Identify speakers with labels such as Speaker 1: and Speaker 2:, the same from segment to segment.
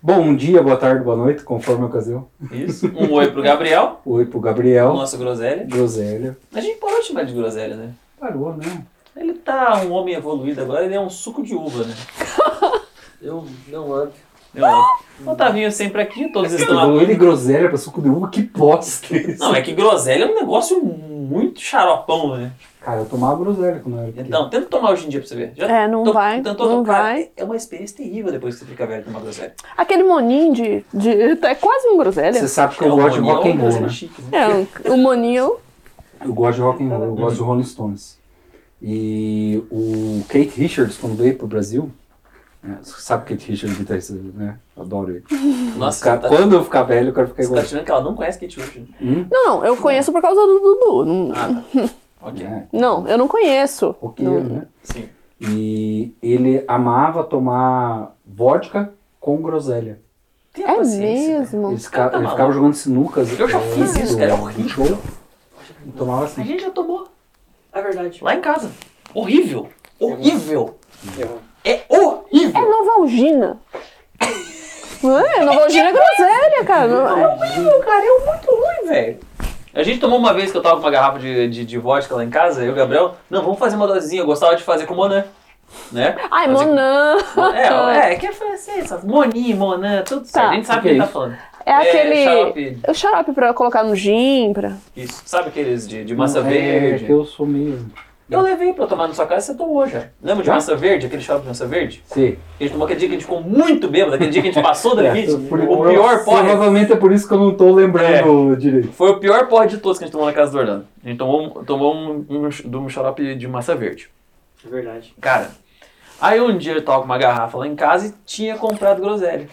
Speaker 1: Bom dia, boa tarde, boa noite, conforme a ocasião.
Speaker 2: Isso. Um oi pro Gabriel,
Speaker 1: Oi pro Gabriel,
Speaker 2: nosso groselha.
Speaker 1: Groselha.
Speaker 2: A gente parou de chamar ele de groselha, né?
Speaker 1: Parou, né?
Speaker 2: Ele tá um homem evoluído agora, ele é um suco de uva, né?
Speaker 3: Eu não ando.
Speaker 2: Deu up. O Otavinho é sempre aqui,
Speaker 1: É
Speaker 2: todos estão
Speaker 1: Evoluir
Speaker 2: aqui.
Speaker 1: de groselha pra suco de uva, que bosta isso.
Speaker 2: Não, é que groselha é um negócio muito xaropão, né?
Speaker 1: Cara, eu tomava groselha quando eu era pequeno.
Speaker 2: Então, tenta tomar hoje em dia pra você ver. Já
Speaker 4: É, não
Speaker 2: to-
Speaker 4: vai,
Speaker 2: tentou
Speaker 4: não
Speaker 2: tocar.
Speaker 4: vai.
Speaker 2: É uma experiência terrível depois que você fica velho tomar groselha.
Speaker 4: Aquele moninho de, de. É quase um groselha.
Speaker 1: Você sabe que eu
Speaker 2: É, o
Speaker 1: gosto de
Speaker 2: Boninho
Speaker 1: rock
Speaker 2: é um
Speaker 1: and roll,
Speaker 2: groselha
Speaker 1: né?
Speaker 2: chique, né?
Speaker 4: É, um- o moninho.
Speaker 1: Eu gosto de rock and roll, eu gosto de Rolling Stones. E o Kate Richards, quando veio pro Brasil, né, você sabe Kate Richards, guitarrista, né? Adoro ele.
Speaker 2: Nossa,
Speaker 1: Cara,
Speaker 2: você tá-
Speaker 1: Quando eu ficar velho, eu quero ficar
Speaker 2: você tá
Speaker 1: igual. né?
Speaker 2: achando que ela não conhece né? Kate Winslet?
Speaker 1: Hum?
Speaker 4: Não, não, eu conheço por causa do Dudu. Não,
Speaker 2: Ah, tá. Ok,
Speaker 1: É,
Speaker 4: não, eu não conheço.
Speaker 1: roqueiro,
Speaker 4: Não.
Speaker 1: né?
Speaker 2: sim.
Speaker 1: E ele amava tomar vodka com groselha.
Speaker 2: Tem a
Speaker 4: É
Speaker 2: paciência, né?
Speaker 4: mesmo.
Speaker 1: Ele, fica-
Speaker 2: tá
Speaker 1: ele
Speaker 2: maluco.
Speaker 1: ficava jogando sinucas.
Speaker 2: Eu já
Speaker 1: eh,
Speaker 2: fiz isso,
Speaker 1: no-
Speaker 2: cara, é
Speaker 1: no
Speaker 2: horrível.
Speaker 1: show, E tomava
Speaker 2: A
Speaker 1: assim.
Speaker 2: gente já tomou.
Speaker 3: É verdade.
Speaker 2: Lá em casa. Horrível. Horrível. É horrível.
Speaker 4: É Novalgina. Não é? Novalgina é groselha, cara. Não, é-
Speaker 2: horrível, cara. É muito ruim, velho. A gente tomou uma vez que eu tava com uma garrafa de, de, de vodka lá em casa, eu e o Gabriel. Não, vamos fazer uma dosezinha. Eu gostava de fazer com Monan. Né?
Speaker 4: Ai,
Speaker 2: Fazer com-
Speaker 4: Monan.
Speaker 2: É, é, é que é francês. sabe? Moni, Monan, tudo isso.
Speaker 4: Tá.
Speaker 2: A gente sabe o que
Speaker 1: Que
Speaker 2: ele
Speaker 1: é
Speaker 2: tá
Speaker 1: isso?
Speaker 2: falando.
Speaker 4: É aquele.
Speaker 2: xarope.
Speaker 4: É o xarope pra colocar no gin, pra.
Speaker 2: Isso. Sabe aqueles de, de massa
Speaker 1: Não, é,
Speaker 2: verde?
Speaker 1: que eu sou meio.
Speaker 2: Eu levei pra tomar na sua casa e você tomou já. Lembra de
Speaker 1: Já?
Speaker 2: massa verde? Aquele xarope de massa verde?
Speaker 1: Sim.
Speaker 2: A gente tomou aquele dia que a gente ficou muito bêbado, aquele dia que a gente passou daqui.
Speaker 1: É, por-
Speaker 2: o pior porre.
Speaker 1: Provavelmente é por isso que eu não tô lembrando direito.
Speaker 2: Foi o pior porre de todos que a gente tomou na casa do Orlando. A gente tomou, um- tomou um, um, ch- de um xarope de massa verde.
Speaker 3: É verdade.
Speaker 2: Cara, aí um dia eu tava com uma garrafa lá em casa e tinha comprado groselha.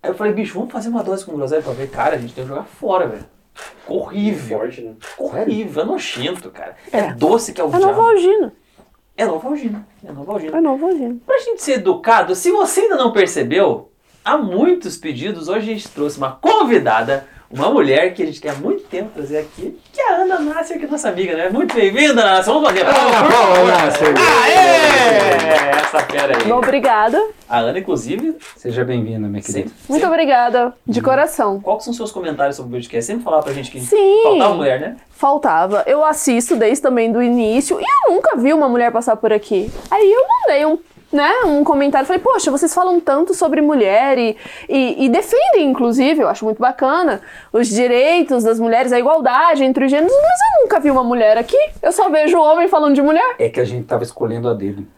Speaker 2: Aí eu falei, bicho, vamos fazer uma dose com groselha pra ver. Cara, a gente tem que jogar fora, velho. Ficou Horrível.
Speaker 3: Forte, né?
Speaker 2: ficou Horrível, é nojento, cara. É,
Speaker 4: É.
Speaker 2: doce que é o
Speaker 4: É
Speaker 2: diabo.
Speaker 4: Novalgina.
Speaker 2: É novalgina. É novalgina.
Speaker 4: É Novalgina.
Speaker 2: Pra gente ser educado, se você ainda não percebeu, há muitos pedidos. Hoje a gente trouxe uma convidada, uma mulher que a gente quer há muito tempo trazer aqui, que é a Ana Nasser, que é nossa amiga, né? Muito bem-vinda, Ana Nasser. Vamos fazer palmas,
Speaker 1: boa,
Speaker 2: por favor.
Speaker 1: Ana Nasser.
Speaker 2: Aê! Essa fera aí.
Speaker 4: Obrigada.
Speaker 2: A Ana, inclusive,
Speaker 1: Seja bem-vinda, minha querida.
Speaker 2: sempre,
Speaker 4: Muito
Speaker 2: sempre-
Speaker 4: obrigada. De coração.
Speaker 2: Qual que são os seus comentários sobre o podcast? Sempre falar pra gente que
Speaker 4: Sim.
Speaker 2: faltava mulher, né?
Speaker 4: Faltava. Eu assisto desde também do início e eu nunca vi uma mulher passar por aqui. Aí eu mandei um, né, um comentário. Falei, poxa, vocês falam tanto sobre mulher e, e, e defendem, inclusive, eu acho muito bacana, os direitos das mulheres, a igualdade entre os gêneros, mas eu nunca vi uma mulher aqui. Eu só vejo homem falando de mulher.
Speaker 1: É que a gente tava escolhendo a dele.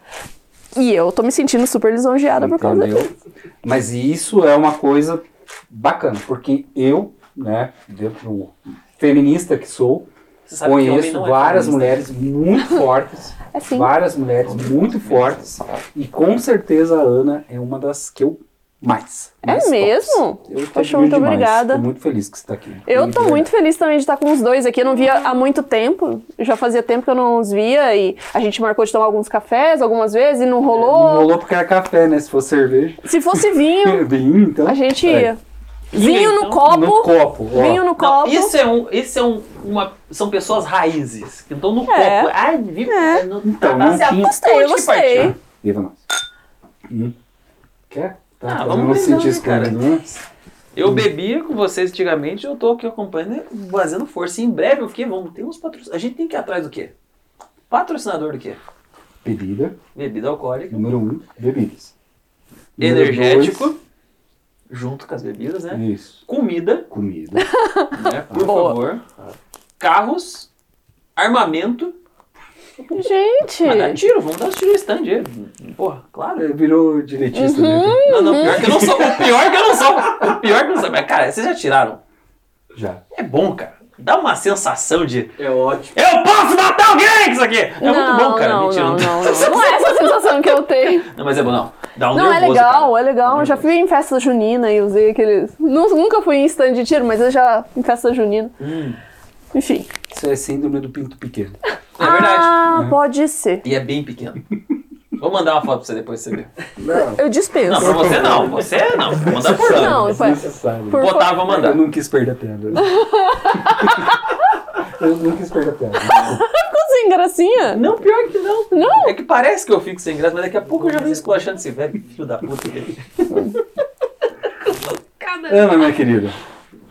Speaker 4: E eu tô me sentindo super lisonjeada por causa
Speaker 1: Entendeu?
Speaker 4: disso.
Speaker 1: Mas isso é uma coisa bacana, porque eu, né, dentro do feminista que sou,
Speaker 2: Você sabe que homem
Speaker 1: conheço
Speaker 2: não é
Speaker 1: várias
Speaker 2: feminista. é
Speaker 1: mulheres muito fortes,
Speaker 4: É sim.
Speaker 1: várias mulheres muito fortes, e com certeza a Ana é uma das que eu mais.
Speaker 4: É
Speaker 1: mais
Speaker 4: mesmo?
Speaker 1: tops. Eu te
Speaker 4: Poxa,
Speaker 1: admiro
Speaker 4: muito
Speaker 1: demais.
Speaker 4: obrigada.
Speaker 1: Tô muito feliz que você está aqui.
Speaker 4: Eu tô
Speaker 1: De
Speaker 4: muito feliz também de estar com os dois aqui. Eu não via há muito tempo. Já fazia tempo que eu não os via e a gente marcou de tomar alguns cafés algumas vezes e não
Speaker 1: verdade.
Speaker 4: rolou.
Speaker 1: Não rolou porque era café, né? Se fosse cerveja.
Speaker 4: Se fosse vinho,
Speaker 1: Vinho, então.
Speaker 4: a gente
Speaker 1: É.
Speaker 4: ia. Vinho no
Speaker 2: então,
Speaker 4: copo,
Speaker 1: No copo. ó.
Speaker 4: vinho no
Speaker 2: Não,
Speaker 4: copo.
Speaker 2: isso é um, isso é um, uma, são pessoas raízes. que Então no
Speaker 4: É.
Speaker 2: copo, ai, tá, vive,
Speaker 4: É.
Speaker 2: no,
Speaker 1: Então, não
Speaker 2: nasce a-
Speaker 1: tinha-
Speaker 4: Gostei, eu
Speaker 2: Onde que
Speaker 4: gostei.
Speaker 2: partiu?
Speaker 1: Viva nós. Hum. Quer? Tá,
Speaker 2: Ah,
Speaker 1: tá
Speaker 2: vamos
Speaker 1: dando um
Speaker 2: brindar,
Speaker 1: sentido
Speaker 2: né, cara?
Speaker 1: escondido, né?
Speaker 2: Eu bebia com vocês antigamente, eu tô aqui acompanhando, né, fazendo força. E em breve o quê? Vamos ter uns patrocinadores. A gente tem que ir atrás do quê? Patrocinador do quê?
Speaker 1: Bebida,
Speaker 2: Bebida alcoólica,
Speaker 1: número um, bebidas. Número
Speaker 2: energético, né?
Speaker 1: dois,
Speaker 2: junto com as bebidas, né?
Speaker 1: Isso.
Speaker 2: Comida,
Speaker 1: Comida.
Speaker 2: né? Por
Speaker 4: Boa.
Speaker 2: favor. Carros, armamento.
Speaker 4: Gente,
Speaker 2: Ah, dá tiro, vamos dar os tiros stand aí. Porra, claro.
Speaker 1: É, Virou direitista,
Speaker 4: Uhum.
Speaker 1: né?
Speaker 2: Não, não, pior que eu não sou. O pior que eu não sou. O pior que eu não sou. Mas, cara, vocês já tiraram?
Speaker 1: Já.
Speaker 2: É bom, cara. Dá uma sensação de.
Speaker 3: É ótimo.
Speaker 2: Eu posso matar alguém com isso aqui! É
Speaker 4: não,
Speaker 2: muito bom, cara.
Speaker 4: não,
Speaker 2: Mentira.
Speaker 4: não, não, não. Não é essa a sensação que eu tenho.
Speaker 2: Não, mas é bom, não. Dá um
Speaker 4: Não,
Speaker 2: nervoso,
Speaker 4: é legal,
Speaker 2: cara.
Speaker 4: é legal. Eu já fui em festa junina e usei aqueles. Nu- Nunca fui em stand de tiro, mas eu já em festa junina.
Speaker 2: Hum.
Speaker 4: Enfim.
Speaker 1: Isso é síndrome do pinto pequeno.
Speaker 2: É verdade.
Speaker 4: Ah, pode ser.
Speaker 2: E é bem pequeno. Vou mandar uma foto pra você depois, pra você ver.
Speaker 1: Não,
Speaker 4: Eu dispenso.
Speaker 2: Não, pra você não. Você não. Vou mandar por lá.
Speaker 4: Não, foi-
Speaker 1: desnecessário.
Speaker 4: por-
Speaker 2: Botar, vou mandar.
Speaker 1: Eu não quis perder a piada. eu não quis perder a piada.
Speaker 4: Ficou sem gracinha?
Speaker 2: Não, pior que não.
Speaker 4: Não.
Speaker 2: É que parece que eu fico sem graça, mas daqui a pouco eu já venho esculachando esse velho filho da puta. dele. um.
Speaker 4: Obrigada.
Speaker 1: Ana, minha querida,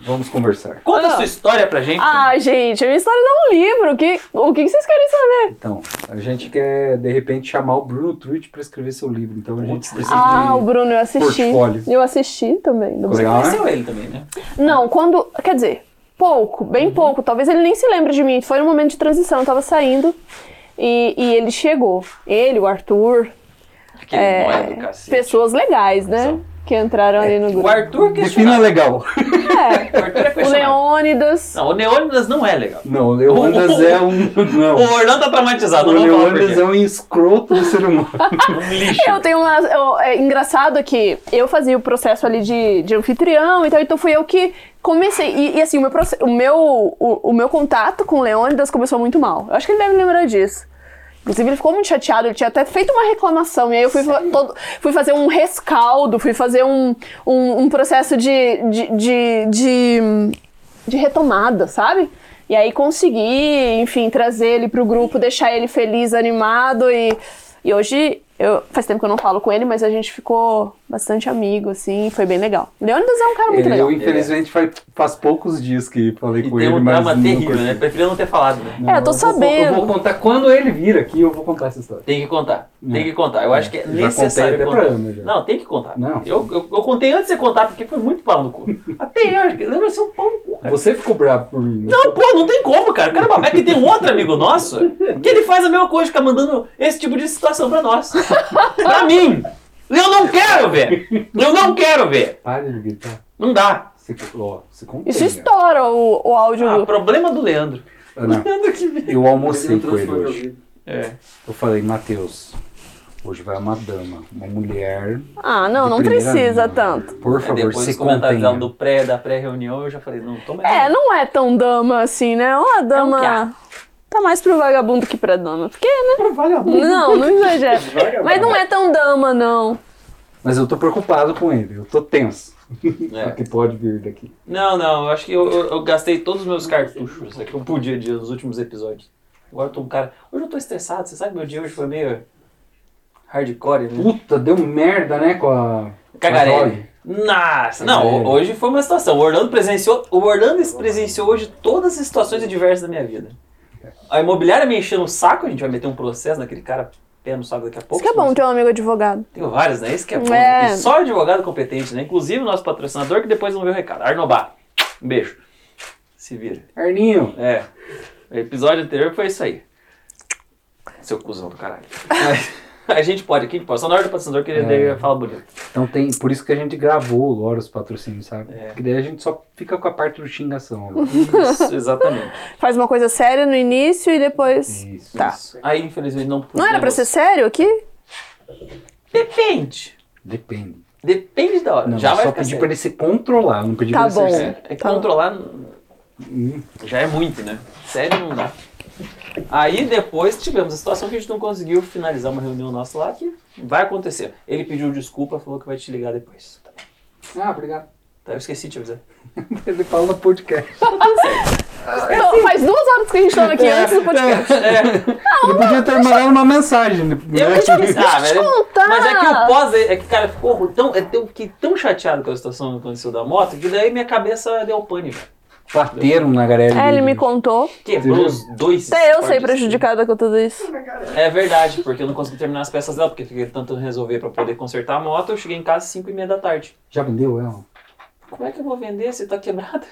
Speaker 1: vamos conversar.
Speaker 2: Conta a
Speaker 4: Ah.
Speaker 2: sua história pra gente.
Speaker 4: Ah, gente, a minha história dá um livro. O que, o que que vocês querem saber?
Speaker 1: Então, a gente quer, de repente, chamar o Bruno Truitt para escrever seu livro. Então a gente precisa
Speaker 4: Ah, o
Speaker 1: de
Speaker 4: Bruno, eu assisti.
Speaker 1: portfólio.
Speaker 4: Eu assisti também. do
Speaker 1: Coisa
Speaker 2: Você
Speaker 1: legal, né?
Speaker 2: conheceu ele também, né?
Speaker 4: Não, quando. Quer dizer, pouco, bem
Speaker 1: Uhum.
Speaker 4: pouco. Talvez ele nem se lembre de mim. Foi um momento de transição, eu tava saindo e, e ele chegou. Ele, o Arthur.
Speaker 2: Aquele
Speaker 4: é,
Speaker 2: nóia do cacete.
Speaker 4: pessoas legais, né? Que entraram
Speaker 1: É,
Speaker 4: ali no
Speaker 2: O
Speaker 4: grupo.
Speaker 2: Arthur
Speaker 1: Defina
Speaker 2: questionava.
Speaker 1: legal.
Speaker 4: É.
Speaker 2: O Arthur é
Speaker 4: O
Speaker 2: questionado.
Speaker 4: Leônidas.
Speaker 2: Não, o Leônidas não é legal.
Speaker 1: Não, o Leônidas é um. Não.
Speaker 2: O Orlando tá traumatizado,
Speaker 1: O
Speaker 2: não vou falar por
Speaker 1: Leônidas
Speaker 2: quê.
Speaker 1: é um escroto do ser humano.
Speaker 4: Ah,
Speaker 2: Um lixo.
Speaker 4: Eu tenho uma. eu- é engraçado que eu fazia o processo ali de, de anfitrião, então, então fui eu que comecei. E, e, assim, o meu, proce- o, meu, o, o meu contato com o Leônidas começou muito mal. Eu acho que ele deve lembrar disso. Inclusive, ele ficou muito chateado, ele tinha até feito uma reclamação. E aí eu fui, fa- todo- fui fazer um rescaldo, fui fazer um, um, um processo de- de- de, de de retomada, sabe? E aí consegui, enfim, trazer ele pro grupo, deixar ele feliz, animado e, e hoje eu faz tempo que eu não falo com ele, mas a gente ficou bastante amigo assim, foi bem legal. Leônidas é um cara muito
Speaker 1: Ele-
Speaker 4: legal.
Speaker 1: Eu, infelizmente, faz, faz poucos dias que falei
Speaker 2: E
Speaker 1: com
Speaker 2: tem
Speaker 1: ele,
Speaker 2: um
Speaker 1: mas.
Speaker 2: drama
Speaker 1: não
Speaker 2: terrível,
Speaker 1: consegui.
Speaker 2: né? Preferia não ter falado, né?
Speaker 1: Não,
Speaker 4: É, eu tô
Speaker 1: vou con-
Speaker 4: sabendo.
Speaker 1: eu vou contar quando ele vir aqui, eu vou contar essa história.
Speaker 2: Tem que contar. Tem que contar. Eu acho que é
Speaker 1: Já contei
Speaker 2: necessário
Speaker 1: até
Speaker 2: contar.
Speaker 1: pra Ana já.
Speaker 2: Não, tem que contar.
Speaker 1: Não.
Speaker 2: Eu, eu, eu contei antes de você contar, porque foi muito pau no cu. Até eu, acho que- lembra de ser um pau no cu, cara.
Speaker 1: Você ficou bravo por mim. né?
Speaker 2: Não, pô, não tem como, cara. O cara é babaca. E tem um outro amigo nosso que ele faz a mesma coisa, fica mandando esse tipo de situação pra nós. pra mim. Eu não quero ver. Eu não quero ver.
Speaker 1: Para de gritar.
Speaker 2: Não dá.
Speaker 1: Você, ó, você contém,
Speaker 4: Isso
Speaker 1: né?
Speaker 4: é estoura o, o áudio
Speaker 2: Ah,
Speaker 4: do.
Speaker 2: problema do Leandro.
Speaker 1: Ana,
Speaker 2: Leandro que vem.
Speaker 1: Ah, eu almocei
Speaker 3: Ele
Speaker 1: com
Speaker 3: trouxe
Speaker 1: ele
Speaker 3: fone de
Speaker 1: hoje.
Speaker 3: ouvido.
Speaker 2: É.
Speaker 1: Eu falei, Matheus, hoje vai uma dama, uma mulher.
Speaker 4: Ah, não,
Speaker 1: de
Speaker 4: não
Speaker 1: primeira
Speaker 4: precisa
Speaker 1: linha. né?
Speaker 4: tanto.
Speaker 1: Por favor,
Speaker 2: É, Depois
Speaker 1: se
Speaker 2: dos comentários
Speaker 1: contenha.
Speaker 2: dela do pré, da pré-reunião, eu já falei, não, toma
Speaker 4: É, não é tão dama assim, né? Uma dama
Speaker 2: piá.
Speaker 4: tá mais pro vagabundo que pra dama, porque né?
Speaker 1: Vagabundo.
Speaker 4: Não, não exagera. Mas não é tão dama não.
Speaker 1: Mas eu tô preocupado com ele, eu tô tenso.
Speaker 2: É.
Speaker 1: O que pode vir daqui.
Speaker 2: Não, não, eu acho que eu, eu- eu gastei todos os meus cartuchos que eu podia de, nos últimos episódios. Agora eu tô um cara. Hoje eu tô estressado, você sabe meu dia hoje foi meio hardcore, né?
Speaker 1: Puta, deu merda, né, com a... com a
Speaker 2: Cagarelli.
Speaker 1: Dolly.
Speaker 2: Nossa, não,
Speaker 1: Cagarelli.
Speaker 2: ho- hoje foi uma situação. O Orlando presenciou, o Orlando presenciou hoje todas as situações adversas da minha vida. A imobiliária me enchendo o saco, a gente vai meter um processo naquele cara pé no saco daqui a pouco.
Speaker 4: Isso que é bom ter um amigo advogado.
Speaker 2: Tem vários, né? Isso que é bom.
Speaker 4: É.
Speaker 2: E só advogado competente, né? Inclusive o nosso patrocinador que depois não vê o recado. Arnobar. Um beijo. Se vira.
Speaker 1: Arninho.
Speaker 2: É. O episódio anterior foi isso aí. Seu cuzão do caralho. a gente pode aqui, pode. Só na hora do patrocinador que ele
Speaker 1: É.
Speaker 2: ele fala bonito.
Speaker 1: Então tem, por isso que a gente gravou agora os patrocínios, sabe?
Speaker 2: É.
Speaker 1: Porque daí a gente só fica com a parte do xingação. né? agora.
Speaker 2: Isso, exatamente.
Speaker 4: Faz uma coisa séria no início e depois.
Speaker 1: Isso.
Speaker 4: Tá.
Speaker 2: Isso. Aí, infelizmente, não
Speaker 4: Não era pra ser sério aqui?
Speaker 2: Depende.
Speaker 1: Depende.
Speaker 2: Depende da hora.
Speaker 1: Não,
Speaker 2: Já
Speaker 1: eu
Speaker 2: vai
Speaker 1: só
Speaker 2: ficar
Speaker 1: pedi
Speaker 2: sério.
Speaker 1: pra ele se controlar, eu não pedi
Speaker 4: Tá
Speaker 1: pra ele
Speaker 4: bom.
Speaker 1: ser sério.
Speaker 2: É, é que
Speaker 4: Tá.
Speaker 2: controlar n-
Speaker 1: Hum.
Speaker 2: já é muito, né? Sério não dá. Aí depois tivemos a situação que a gente não conseguiu finalizar uma reunião nossa lá que vai acontecer. Ele pediu desculpa, falou que vai te ligar depois. Tá,
Speaker 1: Ah, obrigado.
Speaker 2: Tá, eu esqueci de te avisar.
Speaker 1: Ele fala no podcast.
Speaker 4: Não, Então, faz duas horas que a gente tava
Speaker 2: É.
Speaker 4: aqui antes do podcast. Ah,
Speaker 1: Ele podia ter mandado uma mensagem. né?
Speaker 2: Ah,
Speaker 4: Deixa eu
Speaker 2: mas-
Speaker 4: te contar.
Speaker 2: Mas é que o pós é, é que, cara, ficou tão, é, eu fiquei tão chateado com a situação que aconteceu da moto que daí minha cabeça deu pânico.
Speaker 1: Bateram na galera.
Speaker 4: É, ele
Speaker 1: dele.
Speaker 4: me contou.
Speaker 2: Quebrou os dois.
Speaker 4: Até eu
Speaker 2: esportes.
Speaker 4: sei prejudicada com tudo isso.
Speaker 2: É verdade, porque eu não consegui terminar as peças dela, porque eu fiquei tentando resolver pra poder consertar a moto. Eu cheguei em casa às 5 e meia da tarde.
Speaker 1: Já vendeu ela?
Speaker 2: Como é que eu vou vender se tá quebrada?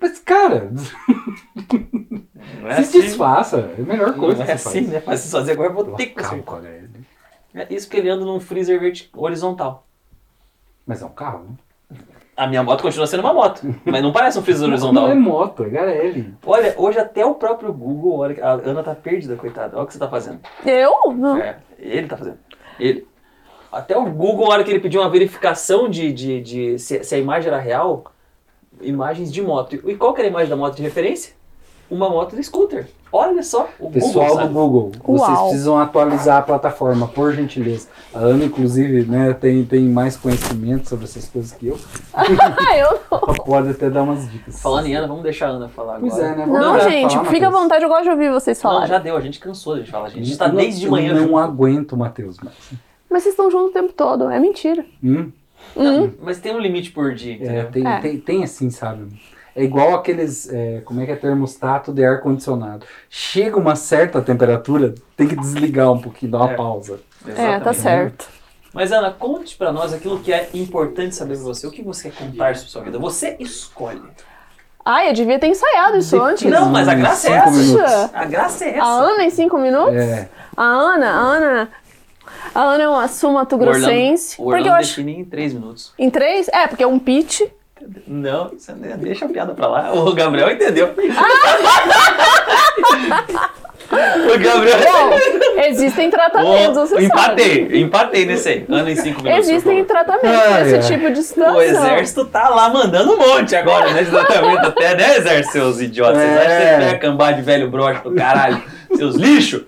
Speaker 1: Mas, cara,
Speaker 2: Não
Speaker 1: se desfaça. É a melhor coisa
Speaker 2: Não
Speaker 1: que
Speaker 2: assim.
Speaker 1: você
Speaker 2: é assim, né? Mas se fazer agora eu vou
Speaker 1: faz.
Speaker 2: ter que
Speaker 1: Carro
Speaker 2: consertar.
Speaker 1: com a galera dele.
Speaker 2: É isso que ele anda num freezer verti- horizontal.
Speaker 1: Mas é um carro, né?
Speaker 2: A minha moto continua sendo uma moto, mas não parece um freezer horizontal.
Speaker 1: Não é moto, é Garelli.
Speaker 2: Olha, hoje até o próprio Google, olha, que a Ana tá perdida, coitada. Olha o que você tá fazendo.
Speaker 4: Eu? Não.
Speaker 2: É, ele tá fazendo. Ele. Até o Google, na hora que ele pediu uma verificação de, de, de se, se a imagem era real, imagens de moto. E qual que era a imagem da moto de referência? Uma moto de scooter. Olha só, o
Speaker 1: Pessoal
Speaker 2: Google,
Speaker 1: do Google, vocês
Speaker 4: Uau.
Speaker 1: precisam atualizar a plataforma, por gentileza. A Ana, inclusive, né, tem, tem mais conhecimento sobre essas coisas que eu.
Speaker 4: Ah, eu não.
Speaker 1: Ela pode até dar umas dicas.
Speaker 2: Falando em Ana, vamos deixar a Ana falar agora.
Speaker 1: Pois é, né? Vamos
Speaker 4: Não,
Speaker 1: deixar
Speaker 4: gente,
Speaker 1: falar,
Speaker 4: fica à
Speaker 1: Matheus.
Speaker 4: vontade, eu gosto de ouvir vocês
Speaker 2: Não,
Speaker 4: falarem.
Speaker 2: já deu, a gente cansou de falar, gente. A gente tá
Speaker 1: Eu não-
Speaker 2: desde de manhã
Speaker 1: Eu não
Speaker 2: junto.
Speaker 1: aguento, Matheus. Mas...
Speaker 4: Mas vocês estão juntos o tempo todo, é mentira.
Speaker 1: Hum?
Speaker 2: Mas tem um limite por dia,
Speaker 1: É,
Speaker 2: entendeu?
Speaker 1: tem,
Speaker 4: É.
Speaker 1: Tem, tem assim, sabe? É igual aqueles. é, como é que é termostato de ar-condicionado? Chega uma certa temperatura, tem que desligar um pouquinho, dar uma
Speaker 2: É.
Speaker 1: pausa.
Speaker 4: É, tá
Speaker 2: Exatamente.
Speaker 4: certo.
Speaker 2: Mas Ana, conte pra nós aquilo que é importante saber pra você. O que você quer contar sobre sua vida? Você escolhe.
Speaker 4: Ai, eu devia ter ensaiado isso antes.
Speaker 2: Não, mas a
Speaker 1: Em
Speaker 2: graça é
Speaker 1: cinco
Speaker 2: essa.
Speaker 1: minutos.
Speaker 2: A graça é
Speaker 4: A
Speaker 2: essa.
Speaker 4: Ana em cinco minutos?
Speaker 1: É,
Speaker 4: A Ana, a Ana. A Ana é uma sumato grossense.
Speaker 2: o Orlando
Speaker 4: Porque eu acho.
Speaker 2: define em três minutos.
Speaker 4: Em três? É, porque é um pitch.
Speaker 2: Não, isso não é- deixa a piada pra lá. O Gabriel entendeu. o Gabriel...
Speaker 4: Bom, existem tratamentos,
Speaker 2: Ô,
Speaker 4: tá você sabe.
Speaker 2: empatei, empatei nesse aí. Ana em cinco minutos.
Speaker 4: Existem
Speaker 2: por favor.
Speaker 4: tratamentos
Speaker 1: Ai,
Speaker 4: nesse
Speaker 1: ai.
Speaker 4: tipo de situação.
Speaker 2: O exército tá lá mandando um monte agora, né? Exatamente, até né, exército, seus idiotas. Vocês
Speaker 1: É.
Speaker 2: acham que vocês cambá de velho broche pro caralho? Seus lixos!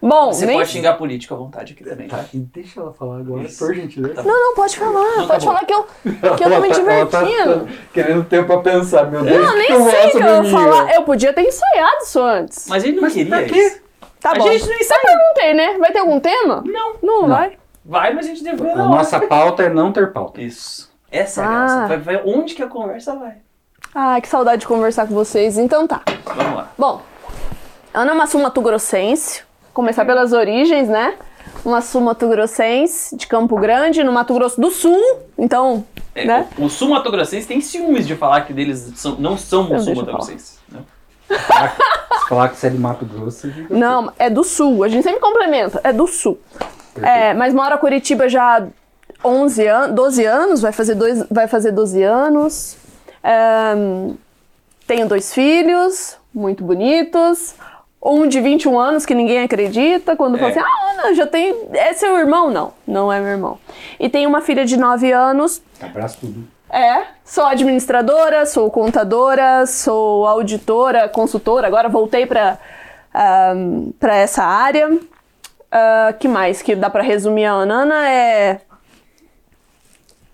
Speaker 4: Bom,
Speaker 2: Você
Speaker 4: nem-
Speaker 2: pode xingar político à vontade aqui também, tá?
Speaker 1: tá. E deixa ela falar agora,
Speaker 2: Isso.
Speaker 1: por gentileza.
Speaker 4: Não, não, pode falar.
Speaker 2: Não, tá
Speaker 4: pode
Speaker 2: bom.
Speaker 4: falar que eu, que eu tô
Speaker 1: Ela
Speaker 4: me
Speaker 1: tá- ela tá
Speaker 4: divertindo.
Speaker 1: querendo tempo pra pensar, meu Deus.
Speaker 4: Eu
Speaker 1: o que
Speaker 4: nem
Speaker 1: eu
Speaker 4: sei o
Speaker 1: faço
Speaker 4: que eu
Speaker 1: pra
Speaker 4: vou
Speaker 1: mim,
Speaker 4: falar.
Speaker 1: ó?
Speaker 4: Eu podia ter ensaiado isso antes.
Speaker 2: Mas a gente não queria
Speaker 1: pra quê?
Speaker 2: isso.
Speaker 4: tá
Speaker 2: a
Speaker 4: bom.
Speaker 2: gente não
Speaker 4: Só perguntei, né? Vai ter algum tema?
Speaker 2: Não.
Speaker 4: Não, vai.
Speaker 2: Vai, mas a gente deveria
Speaker 1: A
Speaker 2: na hora.
Speaker 1: nossa pauta é não ter pauta.
Speaker 2: Isso. Essa é a
Speaker 4: Ah.
Speaker 2: graça. Vai, vai onde que a conversa vai.
Speaker 4: Ai, que saudade de conversar com vocês. Então tá.
Speaker 2: Vamos lá.
Speaker 4: Bom, Ana é Massu Mato Grossense. Começar pelas origens, né? Massu Mato Grossense, de Campo Grande, no Mato Grosso do Sul. Então,
Speaker 2: É,
Speaker 4: né?
Speaker 2: O, o sul-mato-grossense tem ciúmes de falar que deles são- não são
Speaker 4: Não,
Speaker 2: os
Speaker 4: deixa eu
Speaker 2: sul-mato-grossenses. né?
Speaker 1: Falar- tá? Se falar que você é de Mato Grosso, fica-
Speaker 4: Não, é do Sul. A gente sempre complementa. É do Sul. É, mas mora em Curitiba já há 11 anos, 12 anos, vai fazer, dois, vai fazer 12 anos. Ahn, tenho dois filhos, muito bonitos. Um de 21 anos que ninguém acredita, quando fala
Speaker 2: É.
Speaker 4: assim, ah, Ana, já tem. É seu irmão? Não, não é meu irmão. E tenho uma filha de 9 anos,
Speaker 1: Abraço tudo.
Speaker 4: é, sou administradora, sou contadora, sou auditora, consultora. Agora voltei para para essa área. Ah, que mais que dá para resumir a Anana é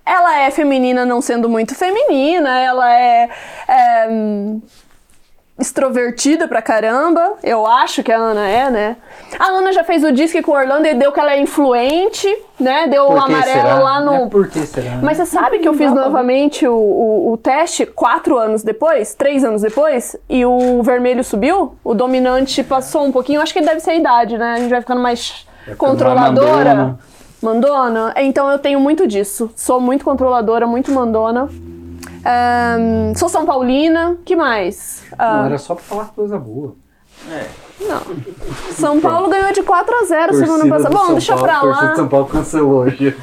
Speaker 4: ela é feminina não sendo muito feminina, ela é, é, hum, extrovertida pra caramba, eu acho que a Ana é, né? A Ana já fez o disque com o Orlando e deu que ela é influente, né? Deu o
Speaker 1: Por que
Speaker 4: amarelo
Speaker 1: será?
Speaker 4: lá no
Speaker 1: É, Por que será?
Speaker 4: mas você sabe que eu fiz novamente o, o- o teste quatro anos depois, três anos depois, e o vermelho subiu, o dominante passou um pouquinho, acho que deve ser a idade, né? A gente vai ficando mais
Speaker 1: ficando
Speaker 4: controladora.
Speaker 1: mais mandona.
Speaker 4: mandona. Então eu tenho muito disso. Sou muito controladora, muito mandona. Ahn, sou São Paulina, que mais?
Speaker 1: Não,
Speaker 4: Ah,
Speaker 1: era só pra falar coisa boa.
Speaker 2: É.
Speaker 4: São Paulo ganhou de 4 a 0 semana
Speaker 1: Torcida
Speaker 4: passada.
Speaker 1: do
Speaker 4: Bom,
Speaker 1: São
Speaker 4: deixa
Speaker 1: Paulo,
Speaker 4: pra
Speaker 1: a torcida
Speaker 4: lá.
Speaker 1: do São Paulo cancelou hoje.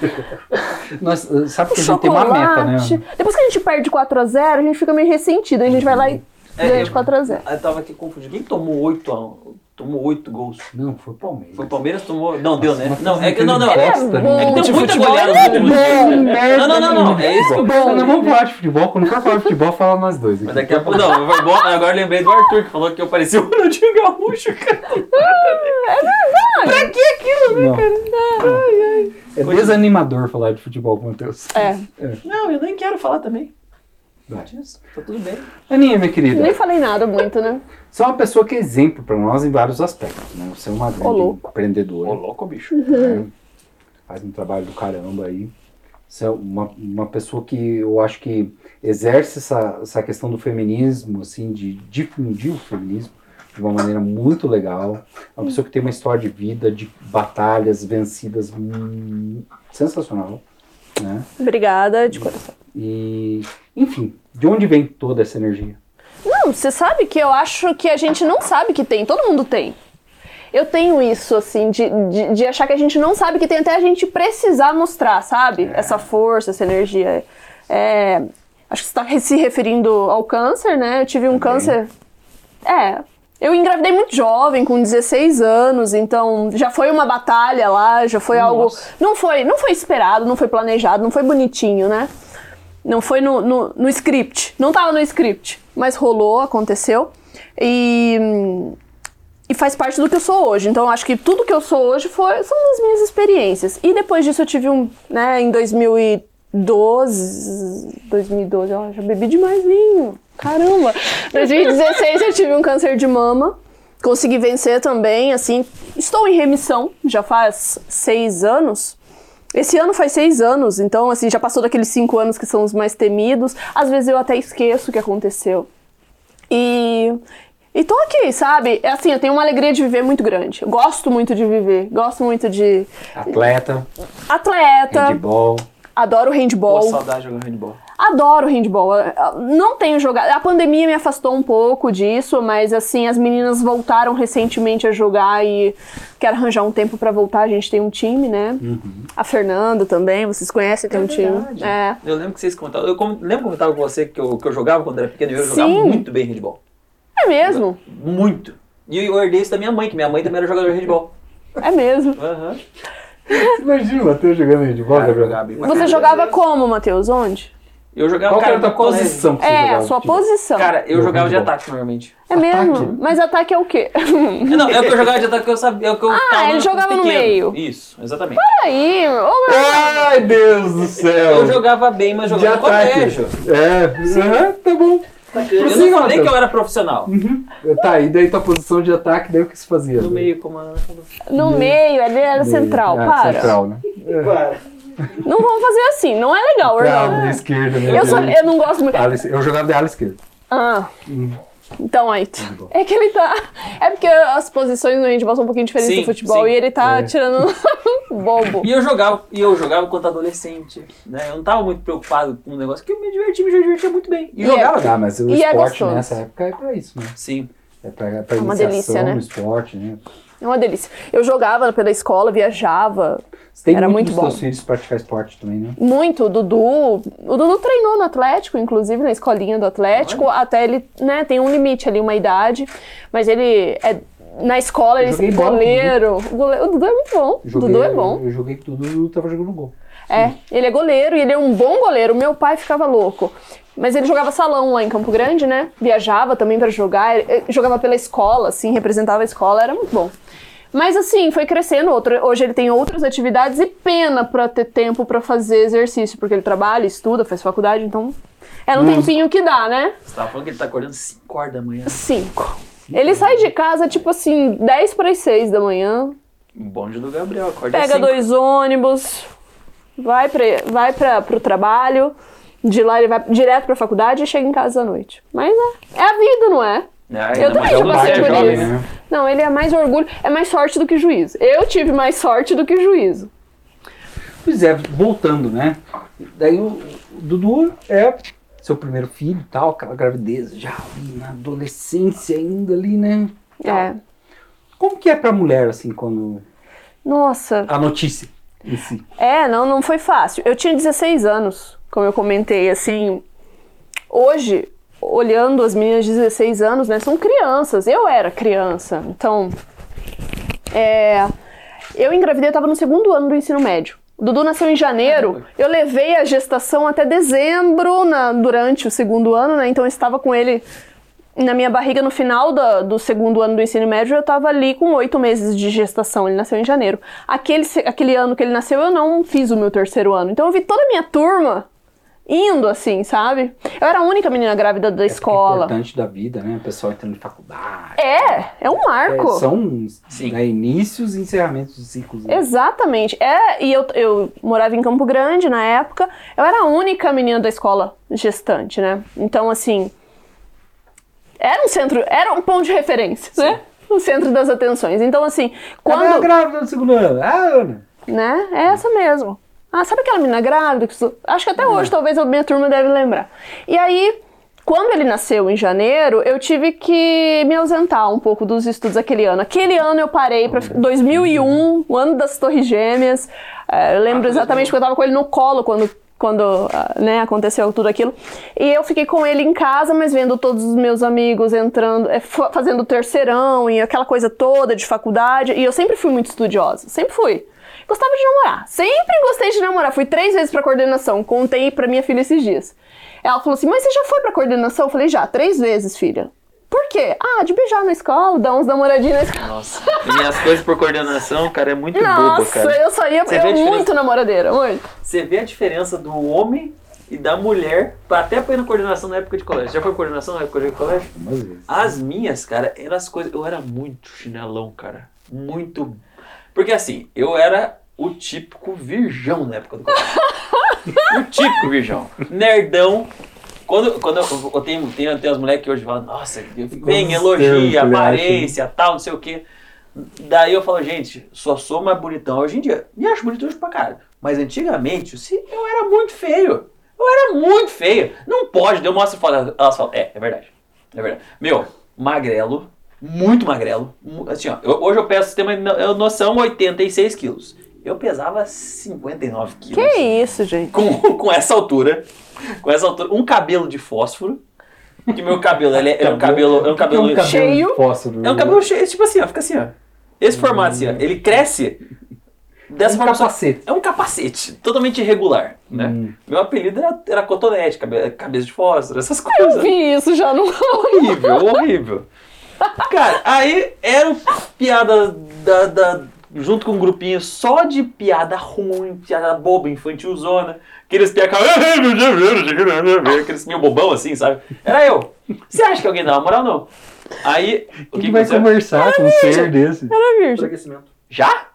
Speaker 1: Nós, eh, sabe que a gente tem uma meta, né?
Speaker 4: chocolate. Depois que a gente perde 4x0, a gente fica meio ressentido. A gente vai lá e
Speaker 2: É,
Speaker 4: ganha de
Speaker 2: eu-
Speaker 4: 4x0.
Speaker 2: Eu tava aqui confundindo. Quem tomou oito, a- um? tomou oito gols?
Speaker 1: Não, foi o Palmeiras.
Speaker 2: Foi o Palmeiras tomou. Não, deu, né?
Speaker 1: Nossa,
Speaker 2: Não, é que. Não, não.
Speaker 1: Ele é
Speaker 2: É,
Speaker 1: bosta,
Speaker 4: bom
Speaker 1: né?
Speaker 2: que
Speaker 4: de
Speaker 2: deu muita
Speaker 4: futebol,
Speaker 2: goleada
Speaker 4: ele é
Speaker 2: nos últimos
Speaker 4: bom.
Speaker 2: dias. Não, não, não, não. É isso que eu
Speaker 1: Bom, não vamos falar de futebol. Quando for falar de futebol, fala nós dois. aqui. É
Speaker 2: Mas daqui a pouco. Não, vai bom. Agora lembrei do Arthur que falou que eu parecia o Ronaldinho Gaúcho, cara.
Speaker 4: É verdade. Pra que aquilo,
Speaker 2: né,
Speaker 1: Não. É desanimador falar de futebol, Matheus.
Speaker 4: É,
Speaker 2: Não, eu nem quero falar também.
Speaker 1: Vai.
Speaker 2: Disso, Tá tudo bem.
Speaker 1: Aninha, minha querida,
Speaker 4: É, nem falei nada muito, né?
Speaker 1: você é uma pessoa que é exemplo pra nós em vários aspectos. Né? Você é uma grande
Speaker 4: louco.
Speaker 1: empreendedora.
Speaker 2: louco, bicho.
Speaker 1: né? Faz um trabalho do caramba aí. Você é uma, uma pessoa que eu acho que exerce essa, essa questão do feminismo, assim, de difundir o feminismo de uma maneira muito legal. É uma pessoa que tem uma história de vida, de batalhas vencidas hum, sensacional, né?
Speaker 4: Obrigada de coração.
Speaker 1: E, enfim, de onde vem toda essa energia?
Speaker 4: Não, você sabe que eu acho que a gente não sabe que tem, todo mundo tem. Eu tenho isso, assim, de, de, de achar que a gente não sabe que tem até a gente precisar mostrar, sabe? Essa força, essa energia. É, acho que você está se referindo ao câncer, né? Eu tive um câncer. É. Eu engravidei muito jovem, com 16 anos, então já foi uma batalha lá, já foi algo.
Speaker 2: Nossa.
Speaker 4: Não foi, não foi esperado, não foi planejado, não foi bonitinho, né? Não foi no, no, no script. Não tava no script, mas rolou, aconteceu. E, hum, e faz parte do que eu sou hoje. Então, eu acho que tudo que eu sou hoje foi, são as minhas experiências. E depois disso, eu tive um. Né, em 2012. 2012, ó, já bebi demais vinho. Caramba! 2016, eu tive um câncer de mama. Consegui vencer também, assim. Estou em remissão, já faz seis anos. Esse ano faz seis anos, então, assim, já passou daqueles cinco anos que são os mais temidos. Às vezes eu até esqueço o que aconteceu. E. E tô aqui, sabe? É assim, eu tenho uma alegria de viver muito grande. Eu gosto muito de viver. Gosto muito de
Speaker 1: Atleta,
Speaker 4: atleta.
Speaker 1: handball.
Speaker 4: Adoro
Speaker 2: Pô,
Speaker 4: handball.
Speaker 2: saudade de jogar handball.
Speaker 4: Adoro handball. Não tenho jogado. A pandemia me afastou um pouco disso, mas assim, as meninas voltaram recentemente a jogar e quero arranjar um tempo pra voltar. A gente tem um time, né? A Fernanda também, vocês conhecem, tem um time.
Speaker 2: verdade.
Speaker 4: É.
Speaker 2: Eu lembro que vocês contavam. Eu com- lembro que eu contava com você que eu, que eu jogava quando era pequeno e eu jogava
Speaker 4: Sim.
Speaker 2: muito bem handball.
Speaker 4: É mesmo,
Speaker 2: Muito. E eu herdei isso da minha mãe, que minha mãe também era jogadora de handball.
Speaker 4: é mesmo.
Speaker 2: Aham.
Speaker 1: Imagina o Matheus jogando handball,
Speaker 2: Cara, eu
Speaker 1: Gabriel.
Speaker 2: jogava bem pra
Speaker 4: Você
Speaker 2: caralho.
Speaker 4: jogava como, Matheus? Onde?
Speaker 2: Eu jogava.
Speaker 1: Qual que
Speaker 2: cara,
Speaker 1: era a tua
Speaker 2: no colégio.
Speaker 1: posição? que você
Speaker 4: É, a
Speaker 1: jogava?
Speaker 4: sua
Speaker 1: Tipo,
Speaker 4: posição.
Speaker 2: Cara, eu
Speaker 1: No
Speaker 2: jogava de
Speaker 1: handball.
Speaker 2: ataque normalmente.
Speaker 4: É mesmo.
Speaker 1: ataque?
Speaker 4: Mas ataque é o quê?
Speaker 2: Não, é porque eu jogava de ataque que eu sabia. É que eu ah,
Speaker 4: ele jogava no meio.
Speaker 2: Isso, exatamente.
Speaker 4: Aí, ô, meu-
Speaker 1: Ai, Deus do céu!
Speaker 2: Eu jogava bem, mas
Speaker 1: Então, de
Speaker 2: jogava no
Speaker 1: ataque.
Speaker 2: colégio.
Speaker 1: É, aham, tá bom.
Speaker 2: Eu
Speaker 1: Sim,
Speaker 2: não falei
Speaker 1: Matheus.
Speaker 2: que eu era profissional.
Speaker 1: Tá, e daí tua posição de ataque, daí o que você fazia?
Speaker 3: um
Speaker 2: No é meio, como a Ana falou.
Speaker 4: no meio, ali era central,
Speaker 1: Ah,
Speaker 4: para.
Speaker 1: Central, né?
Speaker 3: É. Para.
Speaker 4: Não vamos fazer assim, não é legal,
Speaker 1: Bravo,
Speaker 4: Orlando.
Speaker 1: da Ah, esquerda, meu
Speaker 4: Eu,
Speaker 1: Deus.
Speaker 4: sou, eu não gosto muito.
Speaker 1: Ala esquerda. Eu jogava de ala esquerda.
Speaker 4: Ah.
Speaker 1: Hum.
Speaker 4: Então, aí. t- É que ele tá. É porque as posições no handball são um pouquinho diferentes
Speaker 2: Sim,
Speaker 4: do futebol
Speaker 2: sim.
Speaker 4: e ele tá
Speaker 1: É.
Speaker 4: tirando bobo.
Speaker 2: E eu jogava, e eu jogava quanto adolescente, né? Eu não tava muito preocupado com o negócio, que eu me divertia, me divertia muito bem. E,
Speaker 4: E
Speaker 2: jogava bem.
Speaker 1: Tá, mas o
Speaker 4: E é
Speaker 1: esporte
Speaker 4: gostoso.
Speaker 1: nessa época é pra isso, né?
Speaker 2: Sim.
Speaker 1: É pra, pra
Speaker 4: É uma
Speaker 1: iniciação
Speaker 4: delícia, né?
Speaker 1: no esporte, né?
Speaker 4: É uma delícia. Eu jogava pela escola, viajava.
Speaker 1: Você tem
Speaker 4: Era
Speaker 1: muito
Speaker 4: muito
Speaker 1: dos
Speaker 4: bom.
Speaker 1: teus filhos praticar esporte também, né?
Speaker 4: Muito, o Dudu. O Dudu treinou no Atlético, inclusive, na escolinha do Atlético. Até ele, né, tem um limite ali, uma idade. Mas ele é. Na escola, ele
Speaker 1: Joguei
Speaker 4: é
Speaker 1: bola com o Dudu.
Speaker 4: goleiro. O gole- o Dudu é muito bom. O
Speaker 1: Joguei-
Speaker 4: Dudu é bom.
Speaker 1: Eu joguei que o Dudu tava jogando gol.
Speaker 4: É, ele é goleiro e ele é um bom goleiro. Meu pai ficava louco. Mas ele jogava salão lá em Campo Grande, né? Viajava também pra jogar, eh, jogava pela escola, assim, representava a escola, era muito bom. Mas assim, foi crescendo. outro- hoje ele tem outras atividades e pena pra ter tempo pra fazer exercício, porque ele trabalha, estuda, faz faculdade, então é um tempinho que dá, né?
Speaker 2: Você tava falando que ele tá acordando 5 horas da manhã.
Speaker 4: Cinco. Ele sai de casa tipo assim, 10 para as 6 da manhã,
Speaker 2: O Um bonde do Gabriel, acorda
Speaker 4: Pega
Speaker 2: cinco.
Speaker 4: dois ônibus, vai para vai pra, pro trabalho, de lá ele vai direto pra faculdade e chega em casa à noite. Mas é, é a vida, não é?
Speaker 2: Né? Ainda
Speaker 4: Eu
Speaker 1: um
Speaker 2: mais
Speaker 4: também já
Speaker 2: jogando
Speaker 4: passei
Speaker 2: sério,
Speaker 4: por
Speaker 2: jovem,
Speaker 4: isso.
Speaker 2: né?
Speaker 4: Não, ele é mais orgulho, é mais sorte do que juízo. Eu tive mais sorte do que juízo.
Speaker 1: Pois é, voltando, né? Daí o, o Dudu é seu primeiro filho e tal, aquela gravidez já ali na adolescência ainda ali, né?
Speaker 4: É.
Speaker 1: Como que é pra mulher, assim, quando...
Speaker 4: Nossa.
Speaker 1: A notícia em si.
Speaker 4: É, não, não foi fácil. Eu tinha 16 anos, como eu comentei, assim. Hoje, olhando as meninas de 16 anos, né, são crianças. Eu era criança, então. É, eu engravidei, eu tava no segundo ano do ensino médio. O Dudu nasceu em janeiro, eu levei a gestação até dezembro, na- durante o segundo ano, né? Então eu estava com ele na minha barriga no final da- do segundo ano do ensino médio, eu tava ali com oito meses de gestação. Ele nasceu em janeiro. Aquele, se- aquele ano que ele nasceu, eu não fiz o meu terceiro ano. Então eu vi toda a minha turma indo assim, sabe? Eu era a única menina grávida da
Speaker 1: É
Speaker 4: escola.
Speaker 1: importante da vida, né? O pessoal entrando em faculdade.
Speaker 4: É, é um marco.
Speaker 1: É, são
Speaker 2: Sim.
Speaker 1: né, inícios e encerramentos de ciclos. né?
Speaker 4: Exatamente. É, e eu, eu morava em Campo Grande na época. Eu era a única menina da escola gestante, né? Então, assim. Era um centro, era um ponto de referência, né? Um centro das atenções. Então, assim,
Speaker 1: Ela é
Speaker 4: quando.
Speaker 1: grávida do segundo ano. Ah, Ana.
Speaker 4: Né? É essa mesmo. Ah, sabe aquela menina grávida? que su- Acho que até hoje, talvez a minha turma deve lembrar. E aí, quando ele nasceu em janeiro, eu tive que me ausentar um pouco dos estudos aquele ano. Aquele ano eu parei para 2001, o ano das Torres Gêmeas. É, Eu lembro exatamente que eu tava com ele no colo quando quando ah, né, aconteceu tudo aquilo. E eu fiquei com ele em casa, mas vendo todos os meus amigos entrando, é, fa- fazendo terceirão e aquela coisa toda de faculdade. E eu sempre fui muito estudiosa, sempre fui. Gostava de namorar, sempre gostei de namorar. Fui três vezes pra coordenação, contei pra minha filha esses dias. Ela falou assim: Mas você já foi pra coordenação? Eu falei: Já, três vezes, filha. Por quê? Ah, de beijar na escola, dar uns namoradinhos na escola.
Speaker 2: Nossa. E minhas coisas por coordenação, cara, é muito bobo,
Speaker 4: Nossa,
Speaker 2: cara.
Speaker 4: eu só ia.
Speaker 2: Você vê a
Speaker 4: Eu
Speaker 2: diferença?
Speaker 4: muito namoradeira, muito.
Speaker 2: Você vê a diferença do homem e da mulher, pra- até pra ir na coordenação na época de colégio. Já foi coordenação na época de colégio?
Speaker 1: Mas, é.
Speaker 2: As minhas, cara, eram as coisas. Eu era muito chinelão, cara. Muito. Porque assim, eu era o típico virgão na época do colégio. o típico virgão. Nerdão. Quando, quando eu, eu tenho, tenho, tenho as mulheres que hoje falam, nossa, eu fico bem,
Speaker 1: Gostamos,
Speaker 2: elogia,
Speaker 1: eu acho.
Speaker 2: aparência, tal, não sei o quê. Daí eu falo, gente, só sou mais bonitão hoje em dia. Me acho bonito hoje pra caralho. Mas antigamente, se- eu era muito feio. Eu era muito feio. Não pode, deu mostra foto. Elas falam, é, é verdade. É verdade. Meu, magrelo, muito magrelo. mu- Assim, ó, eu- hoje eu peso, você tem uma no- noção, 86 quilos. Eu pesava 59 quilos.
Speaker 4: Que isso, gente?
Speaker 2: Com, com essa altura. Com essa altura. Um cabelo de fósforo. Que meu cabelo, ele é, é um cabelo. É um cabelo.
Speaker 4: cheio.
Speaker 1: Fósforo, né?
Speaker 2: É um cabelo cheio, tipo assim, ó, fica assim, ó. Esse formato assim, ó, ele cresce dessa
Speaker 1: Um
Speaker 2: forma. só-
Speaker 1: capacete.
Speaker 2: É um capacete, totalmente irregular, né?
Speaker 1: Hum.
Speaker 2: Meu apelido era, era cotonete, cabe- cabeça de fósforo, essas coisas.
Speaker 4: Vi isso já no
Speaker 2: Horrível, horrível. Cara, aí era o piada da, da- junto com um grupinho só de piada ruim, piada boba, infantilzona. Aqueles piadas. Aqueles meio bobão assim, sabe? Era eu. Você acha que alguém dá uma moral, não? Aí, o
Speaker 1: Quem
Speaker 2: que, que
Speaker 1: vai
Speaker 2: aconteceu?
Speaker 1: conversar com um ser desse?
Speaker 4: Era virgem.
Speaker 3: Enfraquecimento.
Speaker 2: Já?